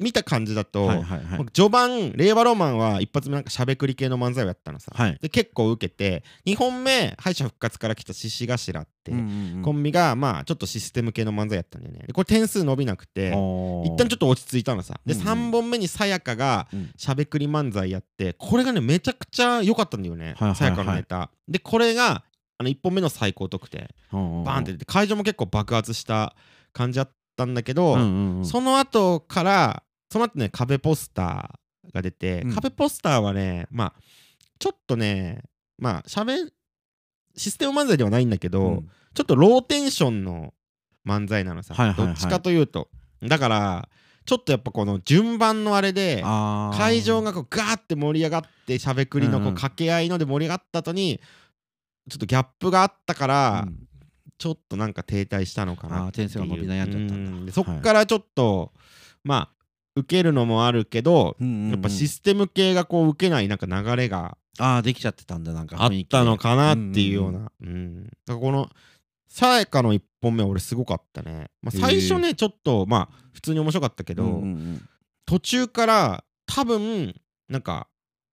S1: 見た感じだと、
S2: はいはいはい
S1: まあ序盤令和ロマンは一発目なんかしゃべくり系の漫才をやったのさ、
S2: はい
S1: で結構受けて2本目敗者復活から来た獅子頭って、
S2: うんうんうん
S1: コンビがまあちょっとシステム系の漫才やったんだよねでこれ点数伸びなくて
S2: おー
S1: 一旦ちょっと落ち着いたのさで
S2: うんうん
S1: 3本目にさやかが
S2: うん
S1: しゃべくり漫才やってこれがねめちゃくちゃ良かったんだよね
S2: はいはいはい
S1: さやかのネタでこれがあの1本目の最高得点
S2: うんうん
S1: バーンって出て会場も結構爆発した感じだったんだけ
S2: うんう
S1: ど
S2: んうん
S1: その後からその後ね壁ポスターが出て
S2: うん
S1: 壁ポスターはねまあちょっとねまあしゃべシステム漫才ではないんだけ
S2: う
S1: ど、
S2: ん
S1: ちょっとローテンションの漫才なのさ、
S2: はいはいはい
S1: どっちかというとだからちょっとやっぱこの順番のあれで
S2: あー
S1: 会場がこうガーって盛り上がってしゃべくりのこ
S2: うん
S1: う
S2: うん
S1: 掛け合いので盛り上がった後にちょっとギャップがあったか
S2: う
S1: ら、
S2: ん
S1: ちょっとなんか停滞したのかな
S2: あー
S1: ってい
S2: 点
S1: う
S2: 数が伸び悩んじゃったんだ
S1: うでそっからちょっと、まあ受けるのもあるけど、
S2: うんうんうん
S1: やっぱシステム系がこう受けないなんか流れが
S2: ああできちゃってたんだなんか
S1: あっ
S2: 雰囲気で
S1: たのかなっていうような、うんだからこのさやかの1本目俺すごかったね、まあ、
S2: へー
S1: 最初ねちょっとまあ普通に面白かったけど、
S2: うんうんうん
S1: 途中から多分なんか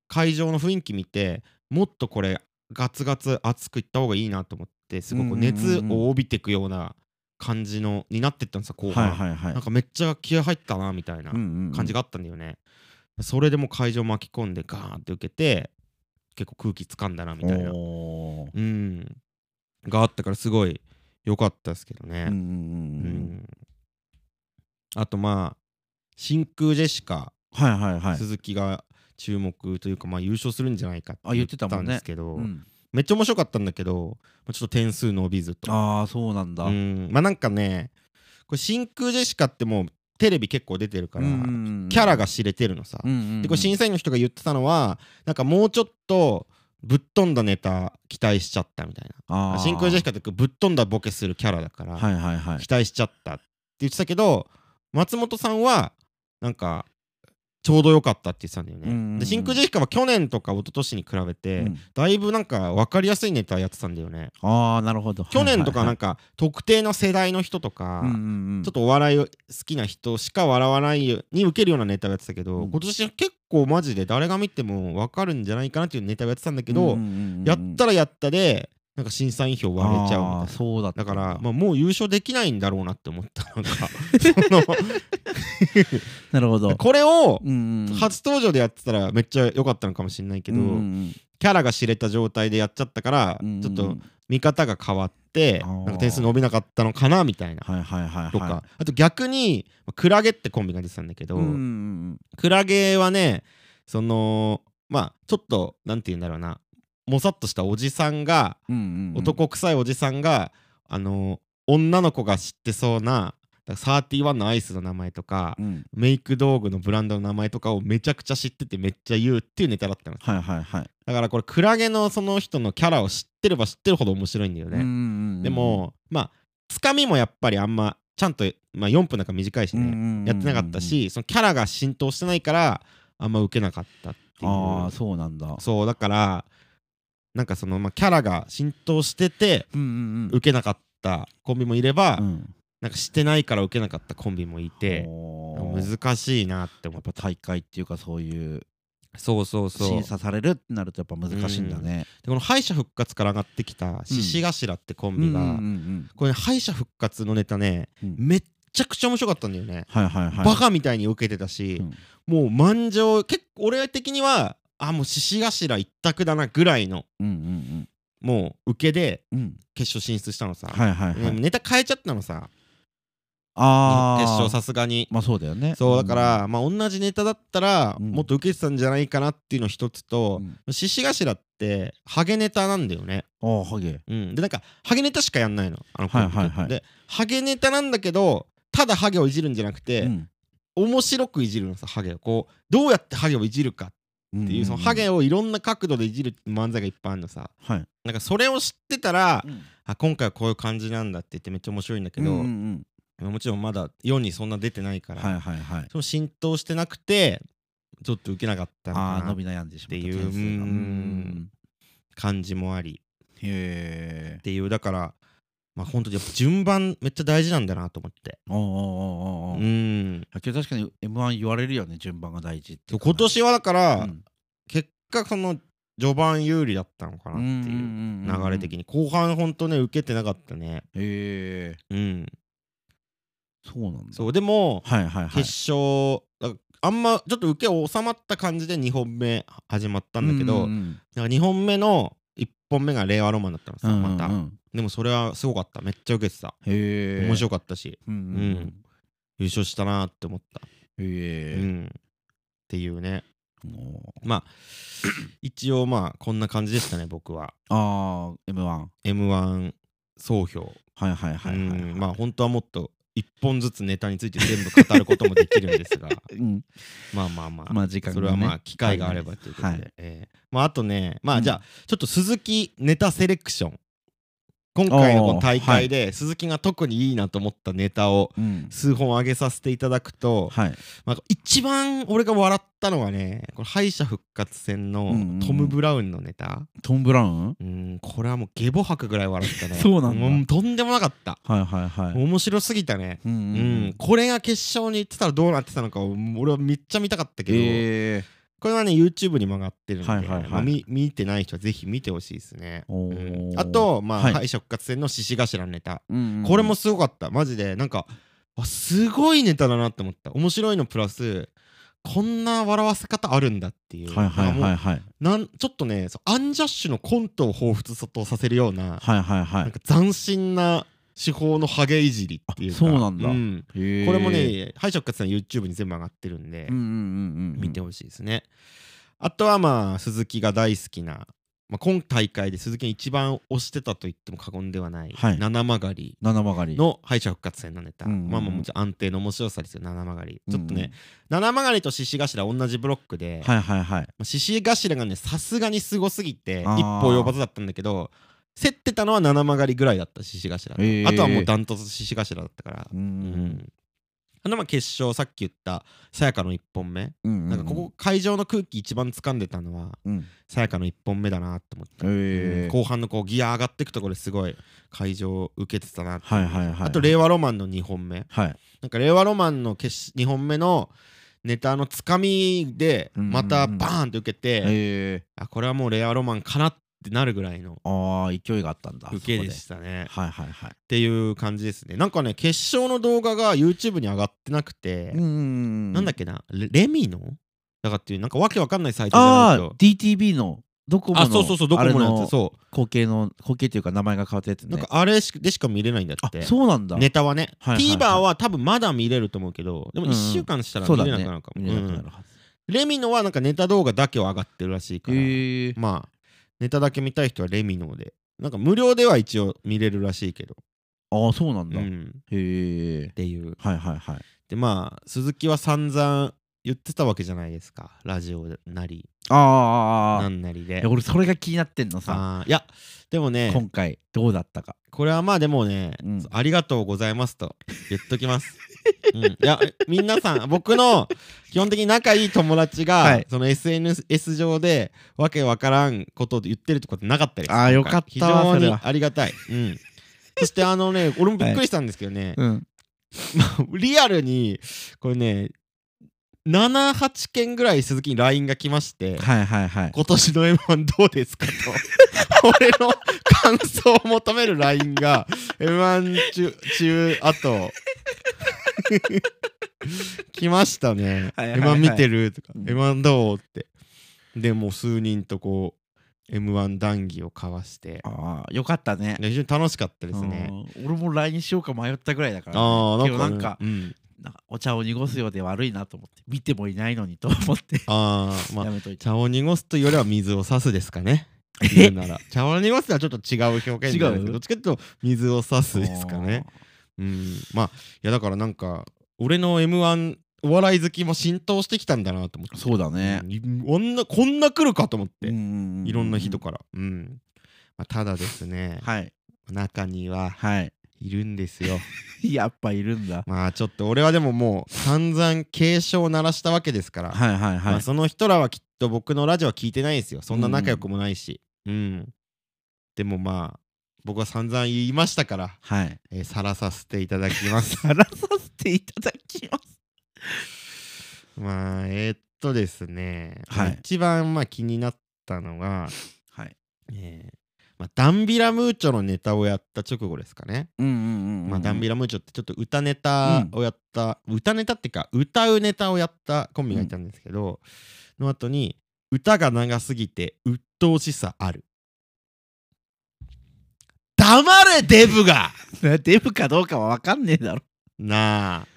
S1: 会場の雰囲気見てもっとこれガツガツ熱くいった方がいいなと思ってすご
S2: うんう
S1: く
S2: んうんうん
S1: 熱を帯びてくような感じのになってったんですよ後半、
S2: はいはいはい
S1: なんかめっちゃ気合入ったなみたいな感じが
S2: が
S1: あったんだよね、それでもう会場巻き込んでガーンって受けて結構空気掴んだなみたいなうん、があったからすごい良かったですけどね、うんあとまあ真空ジェシカ、
S2: はいはいはい
S1: 鈴木が注目というか、まあ、優勝するんじゃないかって
S2: あ言ってたもんね
S1: 言ですけど、
S2: うん
S1: めっちゃ面白かったんだけどまあちょっと点数伸びずと
S2: ああそうなんだ
S1: うんまあなんかねこれ真空ジェシカってもうテレビ結構出てるから、キ
S2: ャ
S1: ャラが知れてるのさ、で
S2: で
S1: これ審査員の人が言ってたのはなんかもうちょっとぶっ飛んだネタ期待しちゃったみたいな真空ジェシカってこうぶっ飛んだボケするキャラだから、
S2: はいはいはい
S1: 期待しちゃったって言ってたけど松本さんはなんかちょうど良かったって言ってたんだよね。
S2: うんうんうん
S1: で真空ジェシカは去年とか一昨年に比べて、
S2: うん
S1: だいぶなんか分かりやすいネタやってたんだよね。
S2: ああなるほど
S1: 去年とかなん
S2: か
S1: か特定の世代の人とか、
S2: ち
S1: ちょっとお笑い好きな人しか笑わないよに受けるようなネタをやってたけど、
S2: うん
S1: 今年は結構マジで誰が見ても分かるんじゃないかなっていうネタをやってたんだけど、やったらやったでなんか審査員票割れちゃうみたいな
S2: あーそうだった
S1: だか
S2: ん
S1: ら、まあ、もう優勝できないんだろうなって思ったの がそ
S2: なるほど
S1: のこれを
S2: うんうんうん
S1: 初登場でやってたらめっちゃ良かったのかもしれないけど、
S2: うんうん
S1: キャラが知れた状態でやっちゃったから、
S2: うん
S1: ちょっ
S2: うんう
S1: と
S2: ん
S1: 見方が変わって
S2: あー
S1: なんか点数伸びなかったのかなみたいな。
S2: はいはいはいはい
S1: とか、あと逆にクラゲってコンビが出てたんだけど、
S2: うんうんうん
S1: クラゲはねそのまあちょっとなんて言うんだろうなもさっとしたおじさんが
S2: うんうんうん
S1: 男臭いおじさんが、あの女の子が知ってそうなサーティワンのアイスの名前とか、
S2: うん
S1: メイク道具のブランドの名前とかをめちゃくちゃ知っててめっちゃ言うっていうネタだったの
S2: はいはいはい
S1: だからこれクラゲのその人のキャラを知ってれば知ってるほど面白いんだよ
S2: うんう
S1: ね、
S2: んうん
S1: でもまあつかみもやっぱりあんまちゃんと、まあ、4分なんか短いしね、やってなかったし、そのキャラが浸透してないからあんま受けなかったっていう
S2: ああそうなんだ
S1: そうだからなんかその、まあ、キャラが浸透してて
S2: うんうん
S1: 受けなかったコンビもいれば、
S2: うんうん
S1: なんかしてないから受けなかったコンビもいて
S2: おー
S1: 難しいなって思
S2: や
S1: っ
S2: っぱ大会っていうかそういう
S1: たそうそう
S2: 審査されるってなるとやっぱ難しいんだね
S1: この敗者復活から上がってきた獅子頭ってコン
S2: うんう
S1: ビ
S2: ん
S1: が、
S2: うん
S1: これ、ね、敗者復活のネタね
S2: うん
S1: めっちゃくちゃ面白かったんだよね、
S2: はいはいはい
S1: バカみたいに受けてたし、
S2: うん
S1: もう満場結構俺的にはあもう獅子頭一択だなぐらいの
S2: うんうん
S1: もう受けで
S2: うんうん
S1: 決勝進出したのさ、
S2: はいはいは
S1: でも
S2: い
S1: ネタ変えちゃったのさ
S2: ああ
S1: 決勝さすがに
S2: まあそうだよね
S1: そうだからまあ同じネタだったら
S2: うん
S1: もっと受けてたんじゃないかなっていうの一つと
S2: うん
S1: 獅子頭ってハゲネタなんだよね
S2: ああハゲ
S1: うんでなんかハゲネタしかやんないのあのコンビって
S2: はいはいはい
S1: でハゲネタなんだけどただハゲをいじるんじゃなくて、
S2: うん
S1: 面白くいじるのさハゲをこうどうやってハゲをいじるかっていうそのハゲをいろんな角度でいじる漫才がいっぱいあるのさ
S2: はい
S1: なんかそれを知ってたら
S2: うん
S1: あ今回はこういう感じなんだって言ってめっちゃ面白いんだけど、
S2: うんうん
S1: もちろんまだ世にそんな出てないか
S2: うん
S1: ら、
S2: はいはいはい
S1: その浸透してなくてちょっと受けなかったの
S2: ああ
S1: か
S2: 伸
S1: な
S2: び悩んでしまった
S1: っていう
S2: 点数
S1: うん
S2: がうん
S1: 感じもあり
S2: へえ
S1: っていうだからまあ本当にやっぱ順番めっちゃ大事なんだなと思って
S2: おうおうおうお
S1: う
S2: うおうん野球確かに m 1言われるよね順番が大事って
S1: 今年はだから、
S2: は
S1: 結果その序盤有利だったのかなっていう流れ的
S2: に
S1: に後半本当ね受けてなかったね
S2: へえ
S1: うん
S2: そうなんだ
S1: そうでも
S2: はいはいはい
S1: 決勝だからあんまちょっと受け収まった感じで2本目始まったんだけど
S2: うんうん
S1: なんか2本目の1本目が令和ロマンだったの
S2: う
S1: さ
S2: ん
S1: また
S2: うんうん
S1: でもそれはすごかっためっちゃ受けてた
S2: へえ
S1: 面白かったし
S2: うんうん
S1: う優勝したなって思った
S2: うん
S1: う
S2: へえ
S1: んっていうね
S2: もう
S1: まあ 一応まあこんな感じでしたね僕は
S2: ああ m 1
S1: m 1総評
S2: はいはいはいはいは
S1: う
S2: い
S1: んまあ本当はもっと一本ずつネタについて全部語ることもできるんです が
S2: うん
S1: まあまあまあ、
S2: まあ時間
S1: そ
S2: が
S1: れ
S2: ね
S1: はまあ機会があればということで、
S2: はい
S1: えーまああとねま
S2: う
S1: あ
S2: ん
S1: じゃあちょっと鈴木ネタセレクション今回のこの大会で鈴木が特にいいなと思ったネタを
S2: うん
S1: 数本上げさせていただくと、
S2: はい
S1: まあ、一番俺が笑ったのはねこれ敗者復活戦の
S2: うんうんうん
S1: トム・ブラウンのネタ、
S2: トム・ブラウン
S1: うんこれはもうゲボ吐くぐらい笑ったね
S2: そうなんだ
S1: もとんでもなかった
S2: はいはいはい
S1: 面白すぎたね
S2: うん
S1: う、
S2: うんん
S1: これが決勝に行ってたらどうなってたのかを俺はめっちゃ見たかったけど、
S2: ええ
S1: これはね YouTube にも上がってるんで、
S2: はいはいはい
S1: まあ見見てない人はぜひ見てほしいですね、
S2: お
S1: うん
S2: ー
S1: あと、まあ
S2: はい
S1: 敗者復活戦の獅子頭のネタ、
S2: うんうん
S1: これもすごかったマジでなんかあすごいネタだなって思った面白いのプラスこんな笑わせ方あるんだっていう,、
S2: はいはい
S1: ない
S2: は
S1: んかも
S2: はいう
S1: なんちょっとねそうアンジャッシュのコントを彷彿とさせるような,、
S2: はいはいは
S1: なん
S2: い
S1: か斬新な手法のハゲいじりっていうか
S2: あそうなんだ
S1: うん
S2: へー
S1: これもね敗者復活戦の YouTube に全部上がってるんで、
S2: うんうんうんうん
S1: 見てほしいですね、あとはまあ鈴木が大好きな、まあ、今大会で鈴木が一番推してたと言っても過言ではない、
S2: はい
S1: 七曲り
S2: 七曲がり
S1: の敗者復活戦のネタ、
S2: うんうんうん
S1: まあまあもちろん安定の面白さですよ七曲りちょっとね、
S2: うんうん
S1: 七曲りと獅子頭同じブロックで、
S2: はいはいはい
S1: まあ獅子頭がねさすがにすごすぎて
S2: あー
S1: 一歩及ばずだったんだけど競ってたのは七曲りぐらいだった獅子頭と、
S2: へー
S1: あとはもうダントツ獅子頭だったから、
S2: う
S1: うんんあのまあ決勝さっき言ったさやかの1本目、
S2: うん
S1: なんかここ会場の空気一番掴んでたのは
S2: うん
S1: さやかの1本目だなって思って、
S2: へえ
S1: 後半のこうギア上がってくところですごい会場を受けてたなっていう
S2: はいはいはい
S1: あと令和ロマンの2本目
S2: はい
S1: なんか令和ロマンの決し2本目のネタのつかみで
S2: うんうんうん
S1: またバーンって受けて、
S2: へえ
S1: あこれはもう令和ロマンかなってなるぐらいの
S2: ああ勢いがあったんだ
S1: 受けで
S2: そ
S1: したね
S2: こではいはいはい
S1: っていう感じですねなんかね決勝の動画が YouTube に上がってなくて、
S2: ん
S1: なんだっけなレレミのだからっていうなんかわけわかんないサイトじゃない
S2: あ
S1: と
S2: あ DTV のドコモの
S1: あそうそうそうドコモの
S2: あれ
S1: やつそう
S2: 後継の後継っていうか名前が変わったやつね
S1: なんかあれしでしか見れないんだ
S2: あ
S1: って
S2: そうなんだ
S1: ネタはね、
S2: はいはいはい
S1: TVer は多分まだ見れると思うけどでも
S2: うんうん
S1: 1週間したら
S2: そう
S1: 見
S2: だ
S1: れなく
S2: ね
S1: なるかも、
S2: 見れなくなる
S1: うん
S2: はず
S1: レミノはなんかネタ動画だけは上がってるらしいから、
S2: へえ
S1: まあネタだけ見たい人はレミノでなんか無料では一応見れるらしいけど、
S2: ああそうなんだ
S1: う
S2: へ
S1: んっ
S2: え
S1: ていう
S2: はいはいはい
S1: でまあ鈴木は散々言ってたわけじゃないですかラジオなり
S2: ああ
S1: な
S2: ああ
S1: んなりで
S2: いや俺それが気になってんのさ
S1: あーいやでもね
S2: 今回どうだったか
S1: これはまあでもね、
S2: うん
S1: ありがとうございますと言っときます。 うん、いや皆さん僕の基本的に仲いい友達が、
S2: はい
S1: その SNS 上でわけわからんことを言ってるってことなかったです
S2: あーよかった
S1: 非常
S2: そ
S1: に
S2: れは
S1: ありがたい、うん、そしてあの ね俺もびっくりしたんですけどね、
S2: うん
S1: リアルにこれね78件ぐらい鈴木に LINE が来まして、
S2: はいはいはい
S1: 今年の M1 どうですかと俺の感想を求める LINE が M1 中中あと 来ましたね「
S2: はいはいはい
S1: M1 見てる?」とか「
S2: うん
S1: M1 どう?」ってでもう数人とこう M1 談義を交わして
S2: ああよかったね
S1: で非常に楽しかったですね
S2: うん俺も LINE しようか迷ったぐらいだからね、
S1: ああ
S2: けどなんか
S1: うん
S2: なんかお茶を濁すようで悪いなと思って見てもいないのにと思って
S1: ああま
S2: や
S1: あ
S2: めといた
S1: 茶を濁すというよりは水を差すですかね言う
S2: え
S1: なら茶を濁すのはちょっと違う表現になるんですけど
S2: 違う
S1: どっちかっていうと水を差すですかねうんまあいやだからなんか俺の m 1お笑い好きも浸透してきたんだなと思って
S2: そうだね、
S1: うんこんなこんな来るかと思って、
S2: い
S1: いろんな人からうん、まあ、ただですね、
S2: はい
S1: 中には
S2: はい
S1: いるんですよ
S2: やっぱいるんだ
S1: まあちょっと俺はでももう散々警鐘を鳴らしたわけですから、
S2: はいはいはい、
S1: まあ、その人らはきっと僕のラジオは聞いてないですよそんな仲良くもないしうん、でもまあ僕は散々言いましたから、
S2: はい。
S1: えー、晒させていただき ます。
S2: さらさせていただきます。
S1: まあ、えーっとですね、
S2: はい
S1: 一番まあ気になったのが、
S2: はい。
S1: えーまあ、ダンビラムーチョのネタをやった直後ですかね。
S2: うんうんうんうん。
S1: まあ、ダンビラムーチョってちょっと歌ネタをやった、歌ネタっていうか歌うネタをやったコンビがいたんですけど、の後に歌が長すぎて鬱陶しさある黙れデブが
S2: ラ。 デブかどうかはわかんねえだろ。
S1: なあ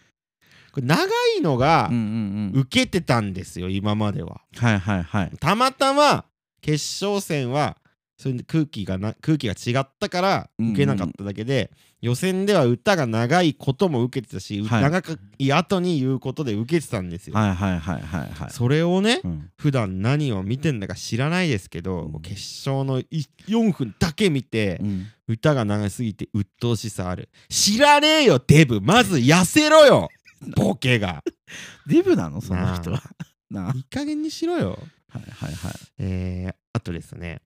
S1: これ長いのが
S2: んうん。
S1: 受けてたんですよ今までは
S2: はいはいはい。
S1: たまたま決勝戦はそれで空気がな空気が違ったから
S2: うんうん
S1: 受けなかっただけで、予選では歌が長いことも受けてたし、
S2: はい
S1: 長い後に言うことで受けてたんですよ。
S2: はいはいはいはいはい。
S1: それをね、
S2: うん
S1: 普段何を見てんだか知らないですけど、
S2: うん
S1: もう決勝のい4分だけ見て、
S2: うん
S1: 歌が長すぎて鬱陶しさある知らねえよデブまず痩せろよボケ が
S2: デブなのその人は。なあ。
S1: いい加減にしろよ
S2: はいはいはい。
S1: えー、あとですね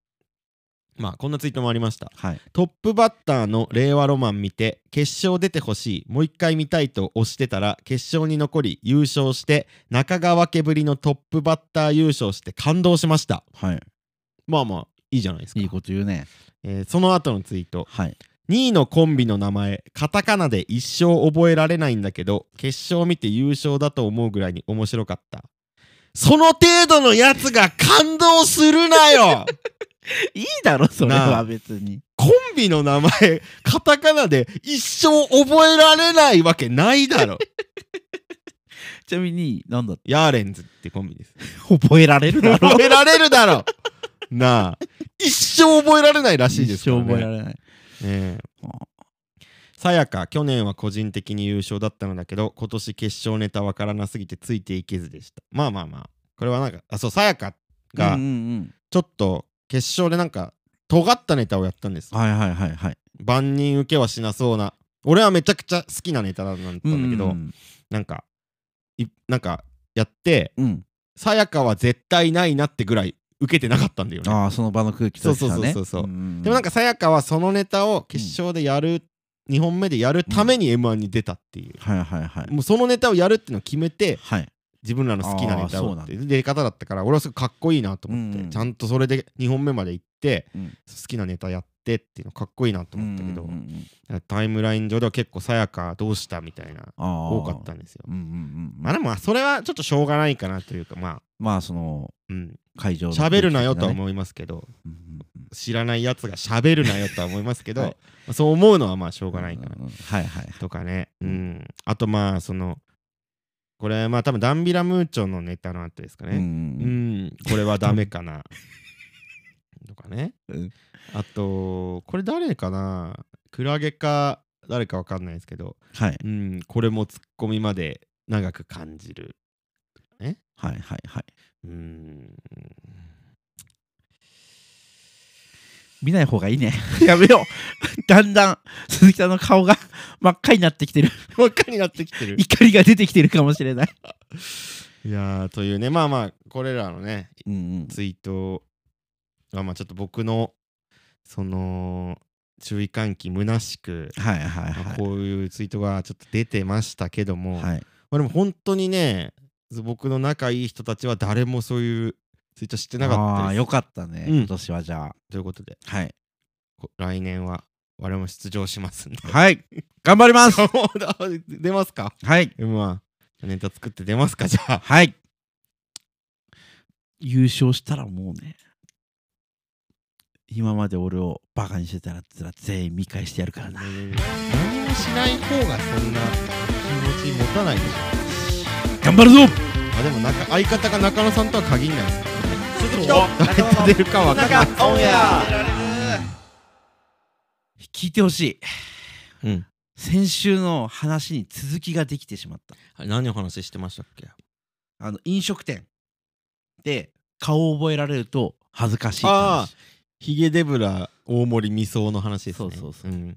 S1: まあこんなツイートもありました
S2: はい。
S1: トップバッターの令和ロマン見て決勝出てほしいもう一回見たいと押してたら決勝に残り優勝して中川家ぶりのトップバッター優勝して感動しました
S2: はい。
S1: まあまあいいじゃないですか
S2: いいこと言うね。
S1: えーその後のツイート
S2: はい。
S1: 2位のコンビの名前カタカナで一生覚えられないんだけど決勝見て優勝だと思うぐらいに面白かったその程度のやつが感動するなよ
S2: いいだろ、それ
S1: なあ
S2: は別に。
S1: コンビの名前 カタカナで一生覚えられないわけないだ ろ
S2: ちなみに、なんだ
S1: ヤーレンズってコンビです
S2: 覚えられるだ ろ。
S1: 覚えられるだろなあ一生覚えられないらしいですから、ね、
S2: 一生覚えられない。
S1: ねえ
S2: あ
S1: さやか去年は個人的に優勝だったのだけど今年決勝ネタわからなすぎてついていけずでしたまあまあまあこれはなんかあそうさやかが
S2: うんうん
S1: ちょっと決勝でなんか尖ったネタをやったんです
S2: うん。はいはいはいはい。
S1: 万人受けはしなそうな俺はめちゃくちゃ好きなネタだったんだけど、
S2: うん
S1: なんかいなんかやって
S2: うんうん。
S1: さやかは絶対ないなってぐらい受けてなかったんだよね
S2: ああ、その場の空気として
S1: そ
S2: はね。
S1: うそうそうそうそうん
S2: んん
S1: でもなんかさやかはそのネタを決勝でやる、2本目でやるために m 1に出たっていう、
S2: はいはいはい。
S1: もうそのネタをやるっていうのを決めて
S2: はい。
S1: 自分らの好きなネタ
S2: あーそ
S1: を
S2: うなん
S1: っ
S2: だ
S1: ていう出方だったから俺はすごいかっこいいなと思って、
S2: うんうん
S1: ちゃんとそれで2本目まで行って、
S2: うん
S1: 好きなネタやってっていうのかっこいいなと思ったけど、
S2: うんうんうん
S1: タイムライン上では結構さやかどうしたみたいな
S2: ああ。
S1: 多かった。んですよ
S2: うんうんうん。
S1: まあでもまあそれはちょっとしょうがないかなというかまあ
S2: まあ、その、
S1: うん
S2: 会場の空気
S1: 喋るなよとは
S2: 的ね
S1: 思いますけど
S2: うんうんうん。
S1: 知らないやつが喋るなよとは思いますけど、
S2: はい
S1: まあそう思うのはまあしょうがないかな
S2: うんうんうんはいはい。
S1: とかね、うん、あとまあそのこれまあ多分ダンビラムーチョのネタの後ですか
S2: うんう
S1: ね、うん
S2: ん
S1: これはダメか なとかね、
S2: うん
S1: あとこれ誰かなクラゲか誰かわかんないですけど、
S2: はい
S1: うん、これもツッコミまで長く感じる、
S2: はいはいはい。
S1: うん、
S2: 見ない方がいいね。 やめよう。 だんだん、鈴木さんの顔が真っ赤になってきてる。
S1: 真っ赤になってきてる
S2: 怒りが出てきてるかもしれない。
S1: いやーというねまあまあこれらのね
S2: うんうん。
S1: ツイートはまあちょっと僕のその注意喚起虚しく、
S2: はいはい
S1: まあ
S2: は
S1: こういうツイートがちょっと出てましたけども、
S2: い。はい。
S1: まあ、でも本当にね僕の仲いい人たちは誰もそういうツイートしてなかった
S2: ああー、
S1: です
S2: よかったね。
S1: うん
S2: 今年はじゃあ。
S1: ということで
S2: はい。
S1: こ来年は我々も出場しますんで
S2: はい。頑張 ります。
S1: 出ますか
S2: はい。
S1: まあネタ作って出ますか じゃあ
S2: はい。優勝したらもうね、今まで俺をバカにしてたやつら全員見返してやるからな。
S1: 何もしない方がそんな気持ち持たないでしょ
S2: 頑張るぞ
S1: あでもなんか相方が中野さんとは限らないですからね鈴木と誰と
S2: 中
S1: 出るかわかんない
S2: オンエア聞いてほしい。
S1: うん
S2: 先週の話に続きができてしまった。
S1: 何お話ししてましたっけ
S2: あの、飲食店で顔を覚えられると恥ずかしいって
S1: あ
S2: 話。
S1: ヒゲデブラ大森未走の話ですね
S2: そうそうそうん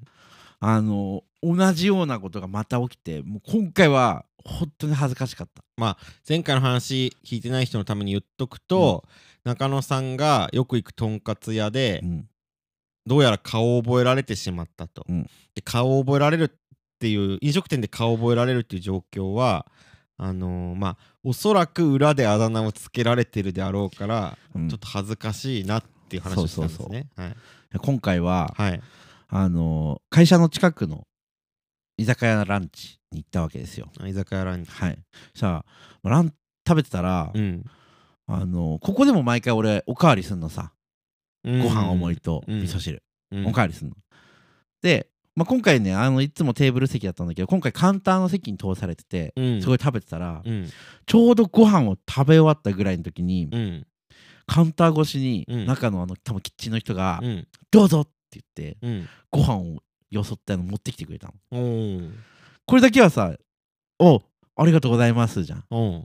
S2: あの同じようなことがまた起きてもう今回は本当に恥ずかしかった
S1: 前回の話聞いてない人のために言っとくと、中野さんがよく行くとんかつ屋で、
S2: うん
S1: どうやら顔を覚えられてしまったと、
S2: うん
S1: で顔を覚えられるっていう飲食店で顔を覚えられるっていう状況はあのーまあおそらく裏であだ名をつけられてるであろうから、
S2: うん
S1: ちょっと恥ずかしいなっていう話をしたんですねはい
S2: 今回は、
S1: はい
S2: あの会社の近くの居酒屋のランチに行ったわけですよ。
S1: あ居酒屋ランチ
S2: はい、さあまあラン食べてたら、
S1: うん
S2: あのここでも毎回俺おかわりすんのさ、
S1: うん
S2: ご飯おもりと
S1: うん
S2: 味噌汁、
S1: うん
S2: おかわりすんの。で、まあ、今回ねあのいつもテーブル席だったんだけど今回カウンターの席に通されてて、
S1: うん
S2: すごい食べてたら、
S1: うん
S2: ちょうどご飯を食べ終わったぐらいの時に、
S1: うん
S2: カウンター越しに、
S1: うん
S2: 中のあの多分キッチンの人が「
S1: うん
S2: どうぞ!」って言って
S1: うん
S2: ご飯をよそってあの持ってきてくれたの。
S1: おー
S2: これだけはさ「おありがとうございます」じゃん。
S1: おー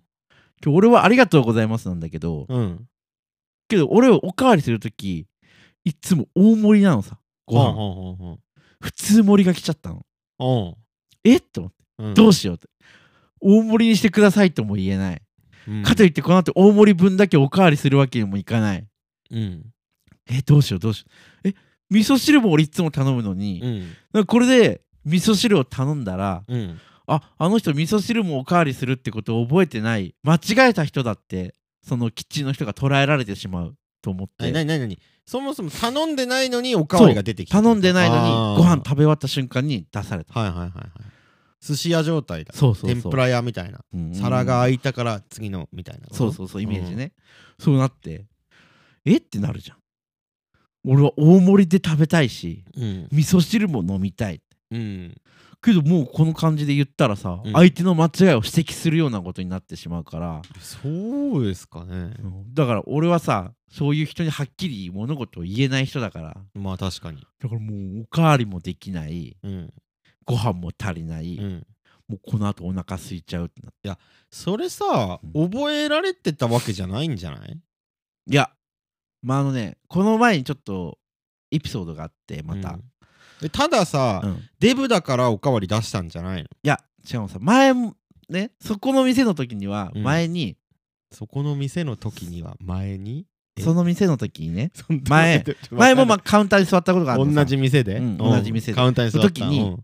S2: 今日俺は「ありがとうございます」なんだけど、
S1: うん
S2: けど俺をおかわりする時いつも大盛りなのさご飯、
S1: おー
S2: 普通盛りが来ちゃったの。
S1: おー
S2: えっと思って
S1: おー
S2: どうしようって。大盛りにしてくださいとも言えない。
S1: うん
S2: かといってこの後大盛り分だけおかわりするわけにもいかない。
S1: うん
S2: えどうしようどうしようえ味噌汁も俺いつも頼むのに、
S1: うん
S2: なんかこれで味噌汁を頼んだら
S1: うん
S2: ああの人味噌汁もおかわりするってことを覚えてない間違えた人だってそのキッチンの人が捉えられてしまうと思っ
S1: え、
S2: て
S1: なになになにそもそも頼んでないのにおかわりが出てきた
S2: 頼んでないの
S1: あー
S2: にご飯食べ終わった瞬間に出された
S1: はいはいはいはい寿司屋状態だ
S2: そうそうそう
S1: 天ぷら屋みたいな、
S2: うん
S1: 皿が空いたから次のみたいな
S2: そうそうそうイメージね、そうなってえってなるじゃん俺は大盛りで食べたいし
S1: うん
S2: 味噌汁も飲みたい
S1: うん
S2: けどもうこの感じで言ったらさ、
S1: うん
S2: 相手の間違いを指摘するようなことになってしまうから、
S1: そうですかね
S2: だから俺はさそういう人にはっきり物事を言えない人だから
S1: まあ確かに
S2: だからもうおかわりもできない
S1: うん、
S2: ご飯も足りない、
S1: うん、
S2: もうこの後お腹空いちゃうってなって
S1: それさ
S2: う
S1: 覚えられてたわけじゃないんじゃない
S2: いやまああのねこの前にちょっとエピソードがあってまた、
S1: うんでたださ、
S2: うんい
S1: デブだからおかわり出したんじゃないの
S2: や違うのさ前もねそこの店の時には
S1: うん
S2: 前に、
S1: そこの店の時には前にえ
S2: その店の時にね
S1: そんな
S2: 前
S1: ちょっと待
S2: 前
S1: って
S2: もまあカウンターに座ったことがあるの
S1: 同
S2: さ
S1: じ店で、
S2: うん同じ店で
S1: カウンターに座った
S2: その時に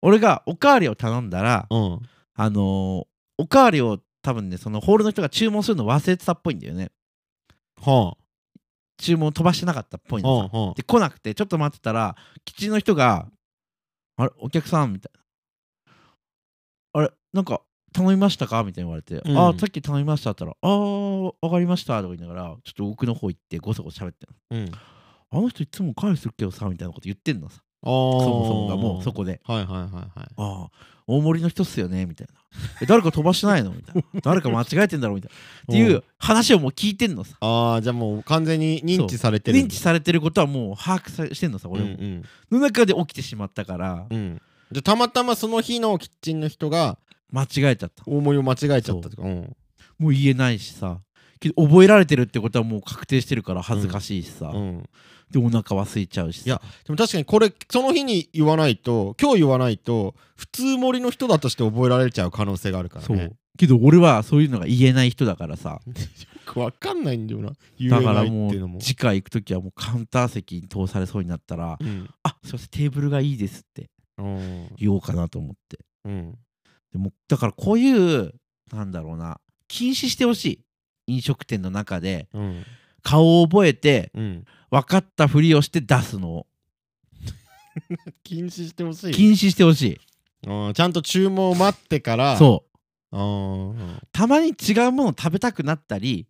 S2: 俺がおかわりを頼んだら、
S1: うんうん
S2: あのーおかわりを多分ねそのホールの人が注文するの忘れてたっぽいんだよね
S1: は
S2: 注文飛ばしてなかったっぽい
S1: あ、は
S2: のさ
S1: あ、はあ
S2: で来なくてちょっと待ってたらキッチンの人が「あれお客さん」みたいな「あれなんか頼みましたか?」みたいに言われて「
S1: うん
S2: ああさっき頼みました」って言ったら「ああわかりました」とか言いながらちょっと奥の方行ってごそごそ喋ってんの
S1: うん、
S2: あの人いつもおかわりするけどさみたいなこと言ってんのさ
S1: そ
S2: そ
S1: も
S2: もそもがもうそこで
S1: はいはいはいはい
S2: ああ大盛りの人っすよねみたいなえ誰か飛ばしてないのみたいな誰か間違えてんだろうみたいなってい
S1: お
S2: う話をもう聞いてん のさ
S1: ああじゃあもう完全に認知されてる
S2: 認知されてることはもう把握さしてんのさ
S1: うん
S2: 俺
S1: う
S2: も、
S1: ん
S2: の中で起きてしまったから
S1: うんじゃあたまたまその日のキッチンの人が
S2: 間違えちゃった
S1: 大盛りを間違えちゃったとかうん
S2: もう言えないしさけど覚えられてるってことはもう確定してるから恥ずかしいしさ、
S1: うん
S2: でお腹は空いちゃうしさ
S1: いやでも確かにこれその日に言わないと今日言わないと普通盛りの人だとして覚えられちゃう可能性があるから
S2: そ
S1: ね
S2: うけど俺はそういうのが言えない人だからさ
S1: そう わかんないんだよな言
S2: だ
S1: え
S2: か
S1: な
S2: ら
S1: い
S2: も
S1: っていうのも
S2: う次回行く時はもうカウンター席に通されそうになったら
S1: うん
S2: 「あすいませんテーブルがいいです」って
S1: うん
S2: 言おうかなと思って
S1: うん
S2: でもだからこういうなんだろうな禁止してほしい飲食店の中で
S1: うん
S2: 顔を覚えて
S1: うん
S2: 分かったふりをして出すのを
S1: 禁止してほしい
S2: 禁止してほし
S1: うんちゃんと注文を待ってか
S2: い
S1: ら
S2: そう
S1: ううん
S2: たまに違うものを食べたくなったり、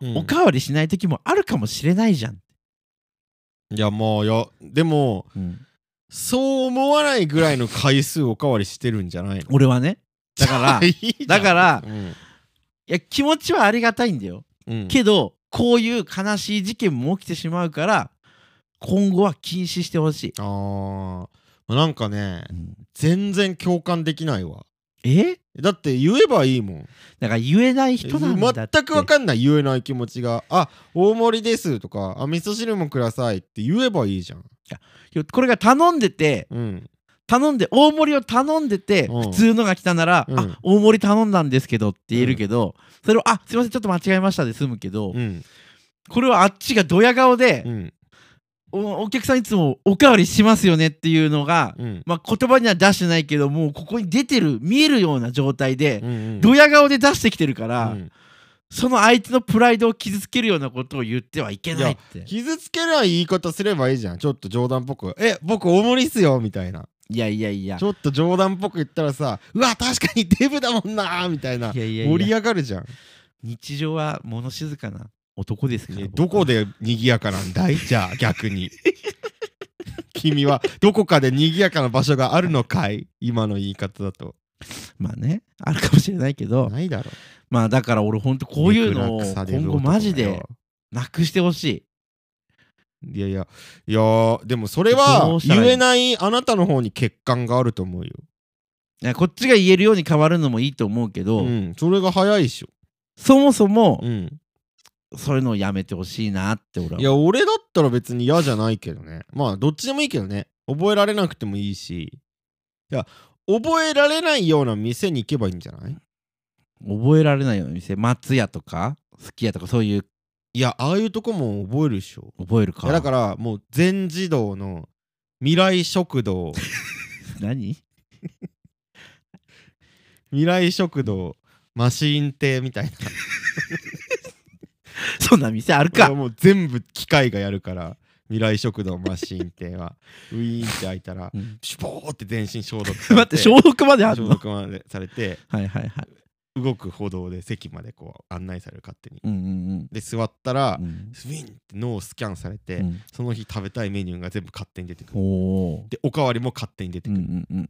S1: うん
S2: おかわりしない時もあるかもしれないじゃん、
S1: いやまあいやでもそう思わないぐらいの回数おかわりしてるんじゃないの
S2: 俺はね だから
S1: いいじゃん
S2: だから
S1: うん
S2: いや気持ちはありがたいんだよ、
S1: うん
S2: けどこういう悲しい事件も起きてしまうから今後は禁止してほしい、
S1: あーまあなんかね全然共感できないわ
S2: え
S1: だって言えばいいもん
S2: だから言えない人なんだって
S1: 全く分かんない言えない気持ちが「あ大盛りです」とか「あ味噌汁もください」って言えばいいじゃん
S2: いやこれが頼んでて
S1: うん
S2: 頼んで大盛りを頼んでて、
S1: うん
S2: 普通のが来たなら、
S1: うん
S2: あ大盛り頼んだんですけどって言えるけど、それをあすいませんちょっと間違えましたで済むけど、
S1: うん
S2: これはあっちがドヤ顔で、
S1: うん
S2: おお客さんいつもおかわりしますよねっていうのが、
S1: うん
S2: まあ、言葉には出してないけどもうここに出てる見えるような状態で
S1: うんうん
S2: ドヤ顔で出してきてるから、
S1: うん
S2: その相手のプライドを傷つけるようなことを言ってはいけないっていや
S1: 傷つけない言い方すればいいじゃんちょっと冗談っぽく「え僕大盛りっすよ」みたいない
S2: やいやいや
S1: ちょっと冗談っぽく言ったらさ「うわ確かにデブだもんな」みたいない
S2: やいやいや
S1: 盛り上がるじゃん
S2: 日常は物静かな男ですから
S1: ね
S2: 僕
S1: どこ
S2: は
S1: で賑やかなんだいじゃあ逆 に君はどこかで賑やかな場所があるのかい今の言い方だと
S2: まあねあるかもしれないけど
S1: ないだろ
S2: まあだから俺ほんとこういうのを
S1: ネクラクサデ
S2: 今
S1: ブ男
S2: 後
S1: だよ
S2: マジでなくしてほしい
S1: いやいやいやーでもそれ
S2: ど
S1: は
S2: うしたらいい
S1: 言えないあなたの方に欠陥があると思うよ、
S2: いやこっちが言えるように変わるのもいいと思うけ
S1: う
S2: ど、
S1: ん、それが早いっしょ、
S2: そもそも
S1: うん、
S2: そういうのをやめてほしいなって俺はい
S1: や俺だったら別に嫌じゃないけどねまあどっちでもいいけどね覚えられなくてもいいしいや覚えられないような店に行けばいいんじゃない
S2: 覚えられないような店松屋とかすき家とかそういう
S1: いやああいうとこも覚えるでしょ
S2: 覚える
S1: い
S2: か
S1: やだからもう全自動の未来食 堂
S2: 何
S1: 未来食堂マシーン亭みたい
S2: そんな店ある
S1: な
S2: か
S1: もう全部機械がやるから未来食堂マシーン亭はウィーンって開いたら
S2: うん
S1: シュポーって全身消毒され
S2: 待って消毒まである
S1: 消
S2: の
S1: 毒までされて
S2: はいはいはい
S1: 動く歩道で席までこう案内される勝手に
S2: うんうん
S1: で座ったら
S2: うんうん
S1: スウィンって脳をスキャンされて、
S2: うん
S1: その日食べたいメニューが全部勝手に出てく
S2: お
S1: る
S2: お
S1: でおかわりも勝手に出て
S2: う
S1: く
S2: んう
S1: る、
S2: んうん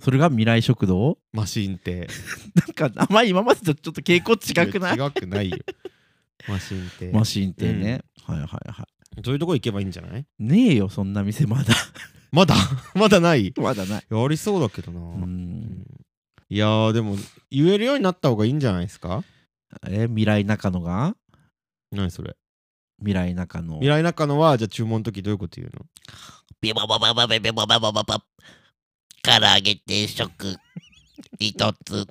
S2: それが未来食堂
S1: マシーン亭
S2: なんかあんまり今までとちょっと傾向違くない
S1: 違くないよマシンって
S2: マシンってね、はいはいは
S1: そういうとこ行けばいいんじゃない
S2: いねえよそんな店まだ
S1: まだ まだないい
S2: まだない
S1: やありそうだけどな、
S2: う
S1: うんんいやーでも言えるようになった方がいいんじゃないですか
S2: え未来中野が
S1: 何それ
S2: 未来中野
S1: 未来中野はじゃあ注文の時どういうこと言うの
S3: ビバババババビバババババ唐揚げ定食一つ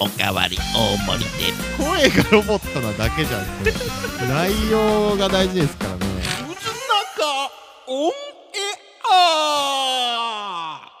S3: おかわり大盛りで
S1: 声がロボットなだけじゃんこれ 内容が大事ですからね
S3: オンエア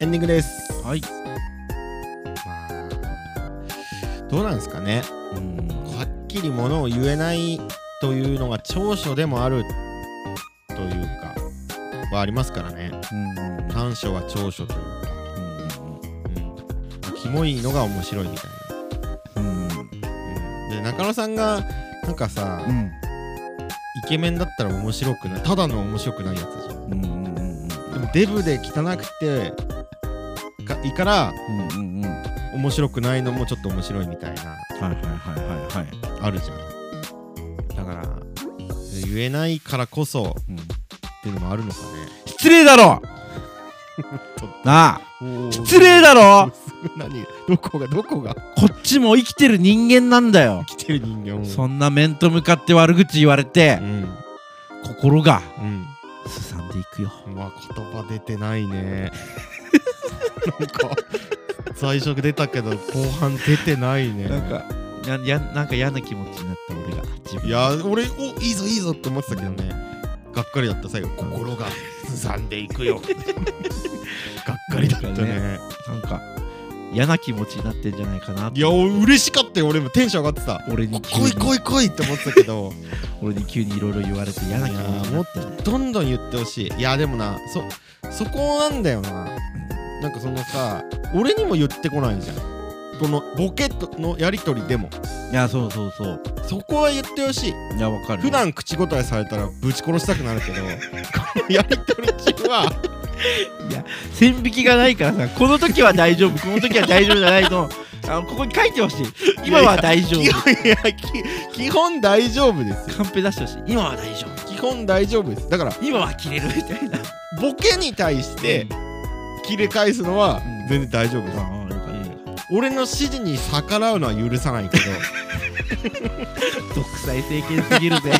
S1: エンディングです
S2: はい
S1: まあどうなんですかね
S2: うん
S1: はっきりものを言えないというのが長所でもあるというかはありますからね
S2: うんうんうん
S1: 短所は長所というか、うん、キモいのが面白いみたい
S2: うん
S1: な、うん、で中野さんがなんかさ
S2: うん
S1: イケメンだったら面白くないただの面白くないやつじゃん
S2: うんうんうんうん
S1: でもデブで汚くてかいいから
S2: うんうんうんはい
S1: 面白くないのもちょっと面白いみたいな
S2: はいはいはいはい
S1: あるじゃんだから言えないからこそ
S2: うん
S1: っていうのもあるのかね
S2: 失礼だろなあ失礼だろ
S1: 何どこがどこが
S2: こっちも生きてる人間なんだよ
S1: 生きてる人間を
S2: そんな面と向かって悪口言われて
S1: うん
S2: 心が
S1: うん
S2: すさんでいくよ
S1: うわ言葉出てないねなんか最初出たけど後半出てないね
S2: なんかややなんか嫌な気持ちになった俺が自分
S1: いや俺おいいぞいいぞって思ってたけどねがっかりだった最後心がすさんでい くよがっかりだったね
S2: なんか嫌な気持ちになってんじゃないかなって
S1: いやお嬉しかったよ俺もテンション上がってた
S2: 俺に急
S1: 来い
S2: に
S1: 来い来いって思ってたけど
S2: 俺に急にい ろいろ言われて嫌な気持ちになって
S1: どんどん言ってほしいいやでもなそそこなんだよななんかそのさ俺にも言ってこないじゃんこのボケとのやり取りでも
S2: いやそうそうそう
S1: そこは言ってほしい
S2: いやわかるよ
S1: 普段口答えされたらぶち殺したくなるけどこのやり取り中は
S2: 線引きがないからさこの時は大丈夫この時は大丈夫じゃないのあのここに書いてほしい今は大丈夫
S1: 基本いやき基本大丈夫ですよ
S2: カンペ出してほしい今は大丈夫
S1: 基本大丈夫ですだから
S2: 今は切れるみたいな。
S1: ボケに対して
S2: うん
S1: 切り返すのは
S2: うん
S1: 全然大丈夫です、
S2: ああ、よかった。
S1: 俺の指示に逆らうのは許さないけど
S2: 独裁政権すぎ るぜ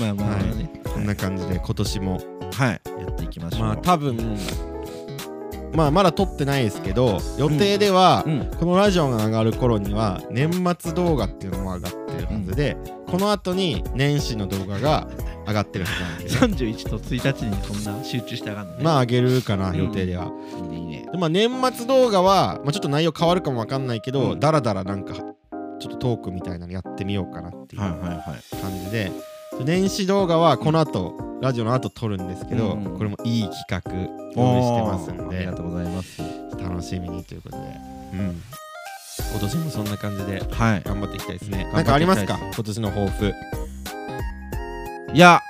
S2: まあまあまあね
S1: こんな感じで今年も
S2: はい、やっていきましょう、
S1: まあ多分まあまだ撮ってないですけど予定では、
S2: うん
S1: このラジオが上がる頃には年末動画っていうのも上がってるはずで、この後に年始の動画が上がってるはずなんです よ
S2: 31と1日にそんな集中してあがんのね
S1: まあ上げるかな
S2: うん
S1: 予定では、
S2: いいねいいね
S1: でまあ年末動画は、まあ、ちょっと内容変わるかもわかんないけど、
S2: うん
S1: だらだらなんかちょっとトークみたいなのやってみようかなっていう
S2: はいは
S1: 感
S2: いはい
S1: じで、年始動画はこの後、ラジオの後撮るんですけど、
S2: うんうん
S1: これもいい企画用意してますん
S2: おーあり
S1: で
S2: がとうございます
S1: 楽しみにということで、うん、今年もそんな感じで
S2: はい
S1: 頑張っていきたいですね
S2: 頑張っていきたいです
S1: なんかありますか今年の抱負
S2: いや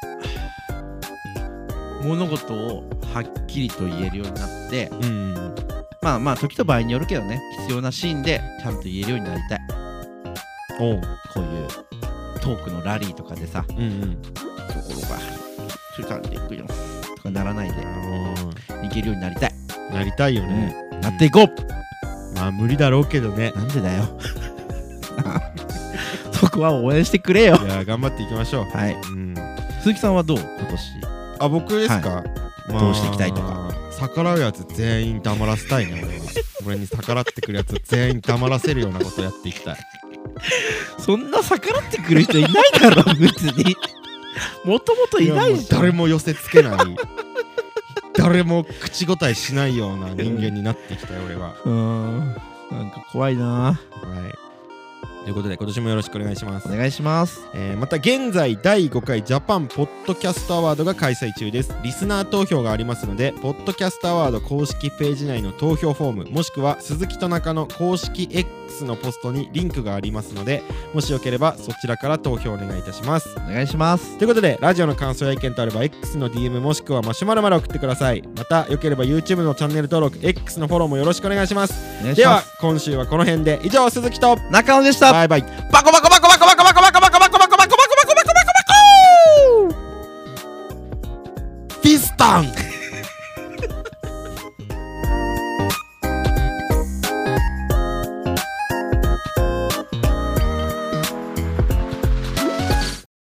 S2: 物事をはっきりと言えるようになって
S1: うん
S2: まあまあ時と場合によるけどね必要なシーンでちゃんと言えるようになりたい
S1: おう
S2: こういうトークのラリーとかでさ
S1: うんうん
S2: 心が中間でいくよとかならないでいけるようになりたい、
S1: なりたいよね、
S2: なっていこう、
S1: まあ無理だろうけどね
S2: なんでだよそこは応援してくれよ
S1: いや頑張っていきましょう
S2: はい
S1: うん
S2: 鈴木さんはどう今年
S1: あ僕ですか、ま
S2: どうしていきたいとか
S1: 逆らうやつ全員黙らせたいね俺は俺に逆らってくるやつ全員黙らせるようなことやっていきたい
S2: そんな逆らってくる人いないだろ別 にもともといない
S1: やもう
S2: し
S1: 誰も寄せつけない誰も口答えしないような人間になっていきたい俺は、
S2: うーんなんか怖いな
S1: はいということで今年もよろしくお願いします
S2: お願いします
S1: えーまた現在第5回ジャパンポッドキャストアワードが開催中ですリスナー投票がありますのでポッドキャストアワード公式ページ内の投票フォームもしくは鈴木と中の公式 X のポストにリンクがありますのでもしよければそちらから投票お願いいたします
S2: お願いします
S1: ということでラジオの感想や意見とあれば X の DM もしくはマシュマロまで送ってくださいまたよければ YouTube のチャンネル登録 X のフォローもよろしくお願いします
S2: お願いし
S1: では
S2: ます
S1: 今週はこの辺で以上鈴木と
S2: 中野でした
S1: バイバイ
S2: バコバコバコバコバコバコバコバコバコバコバコバコバコバコバコバ
S1: フ
S2: コ
S1: ィスタン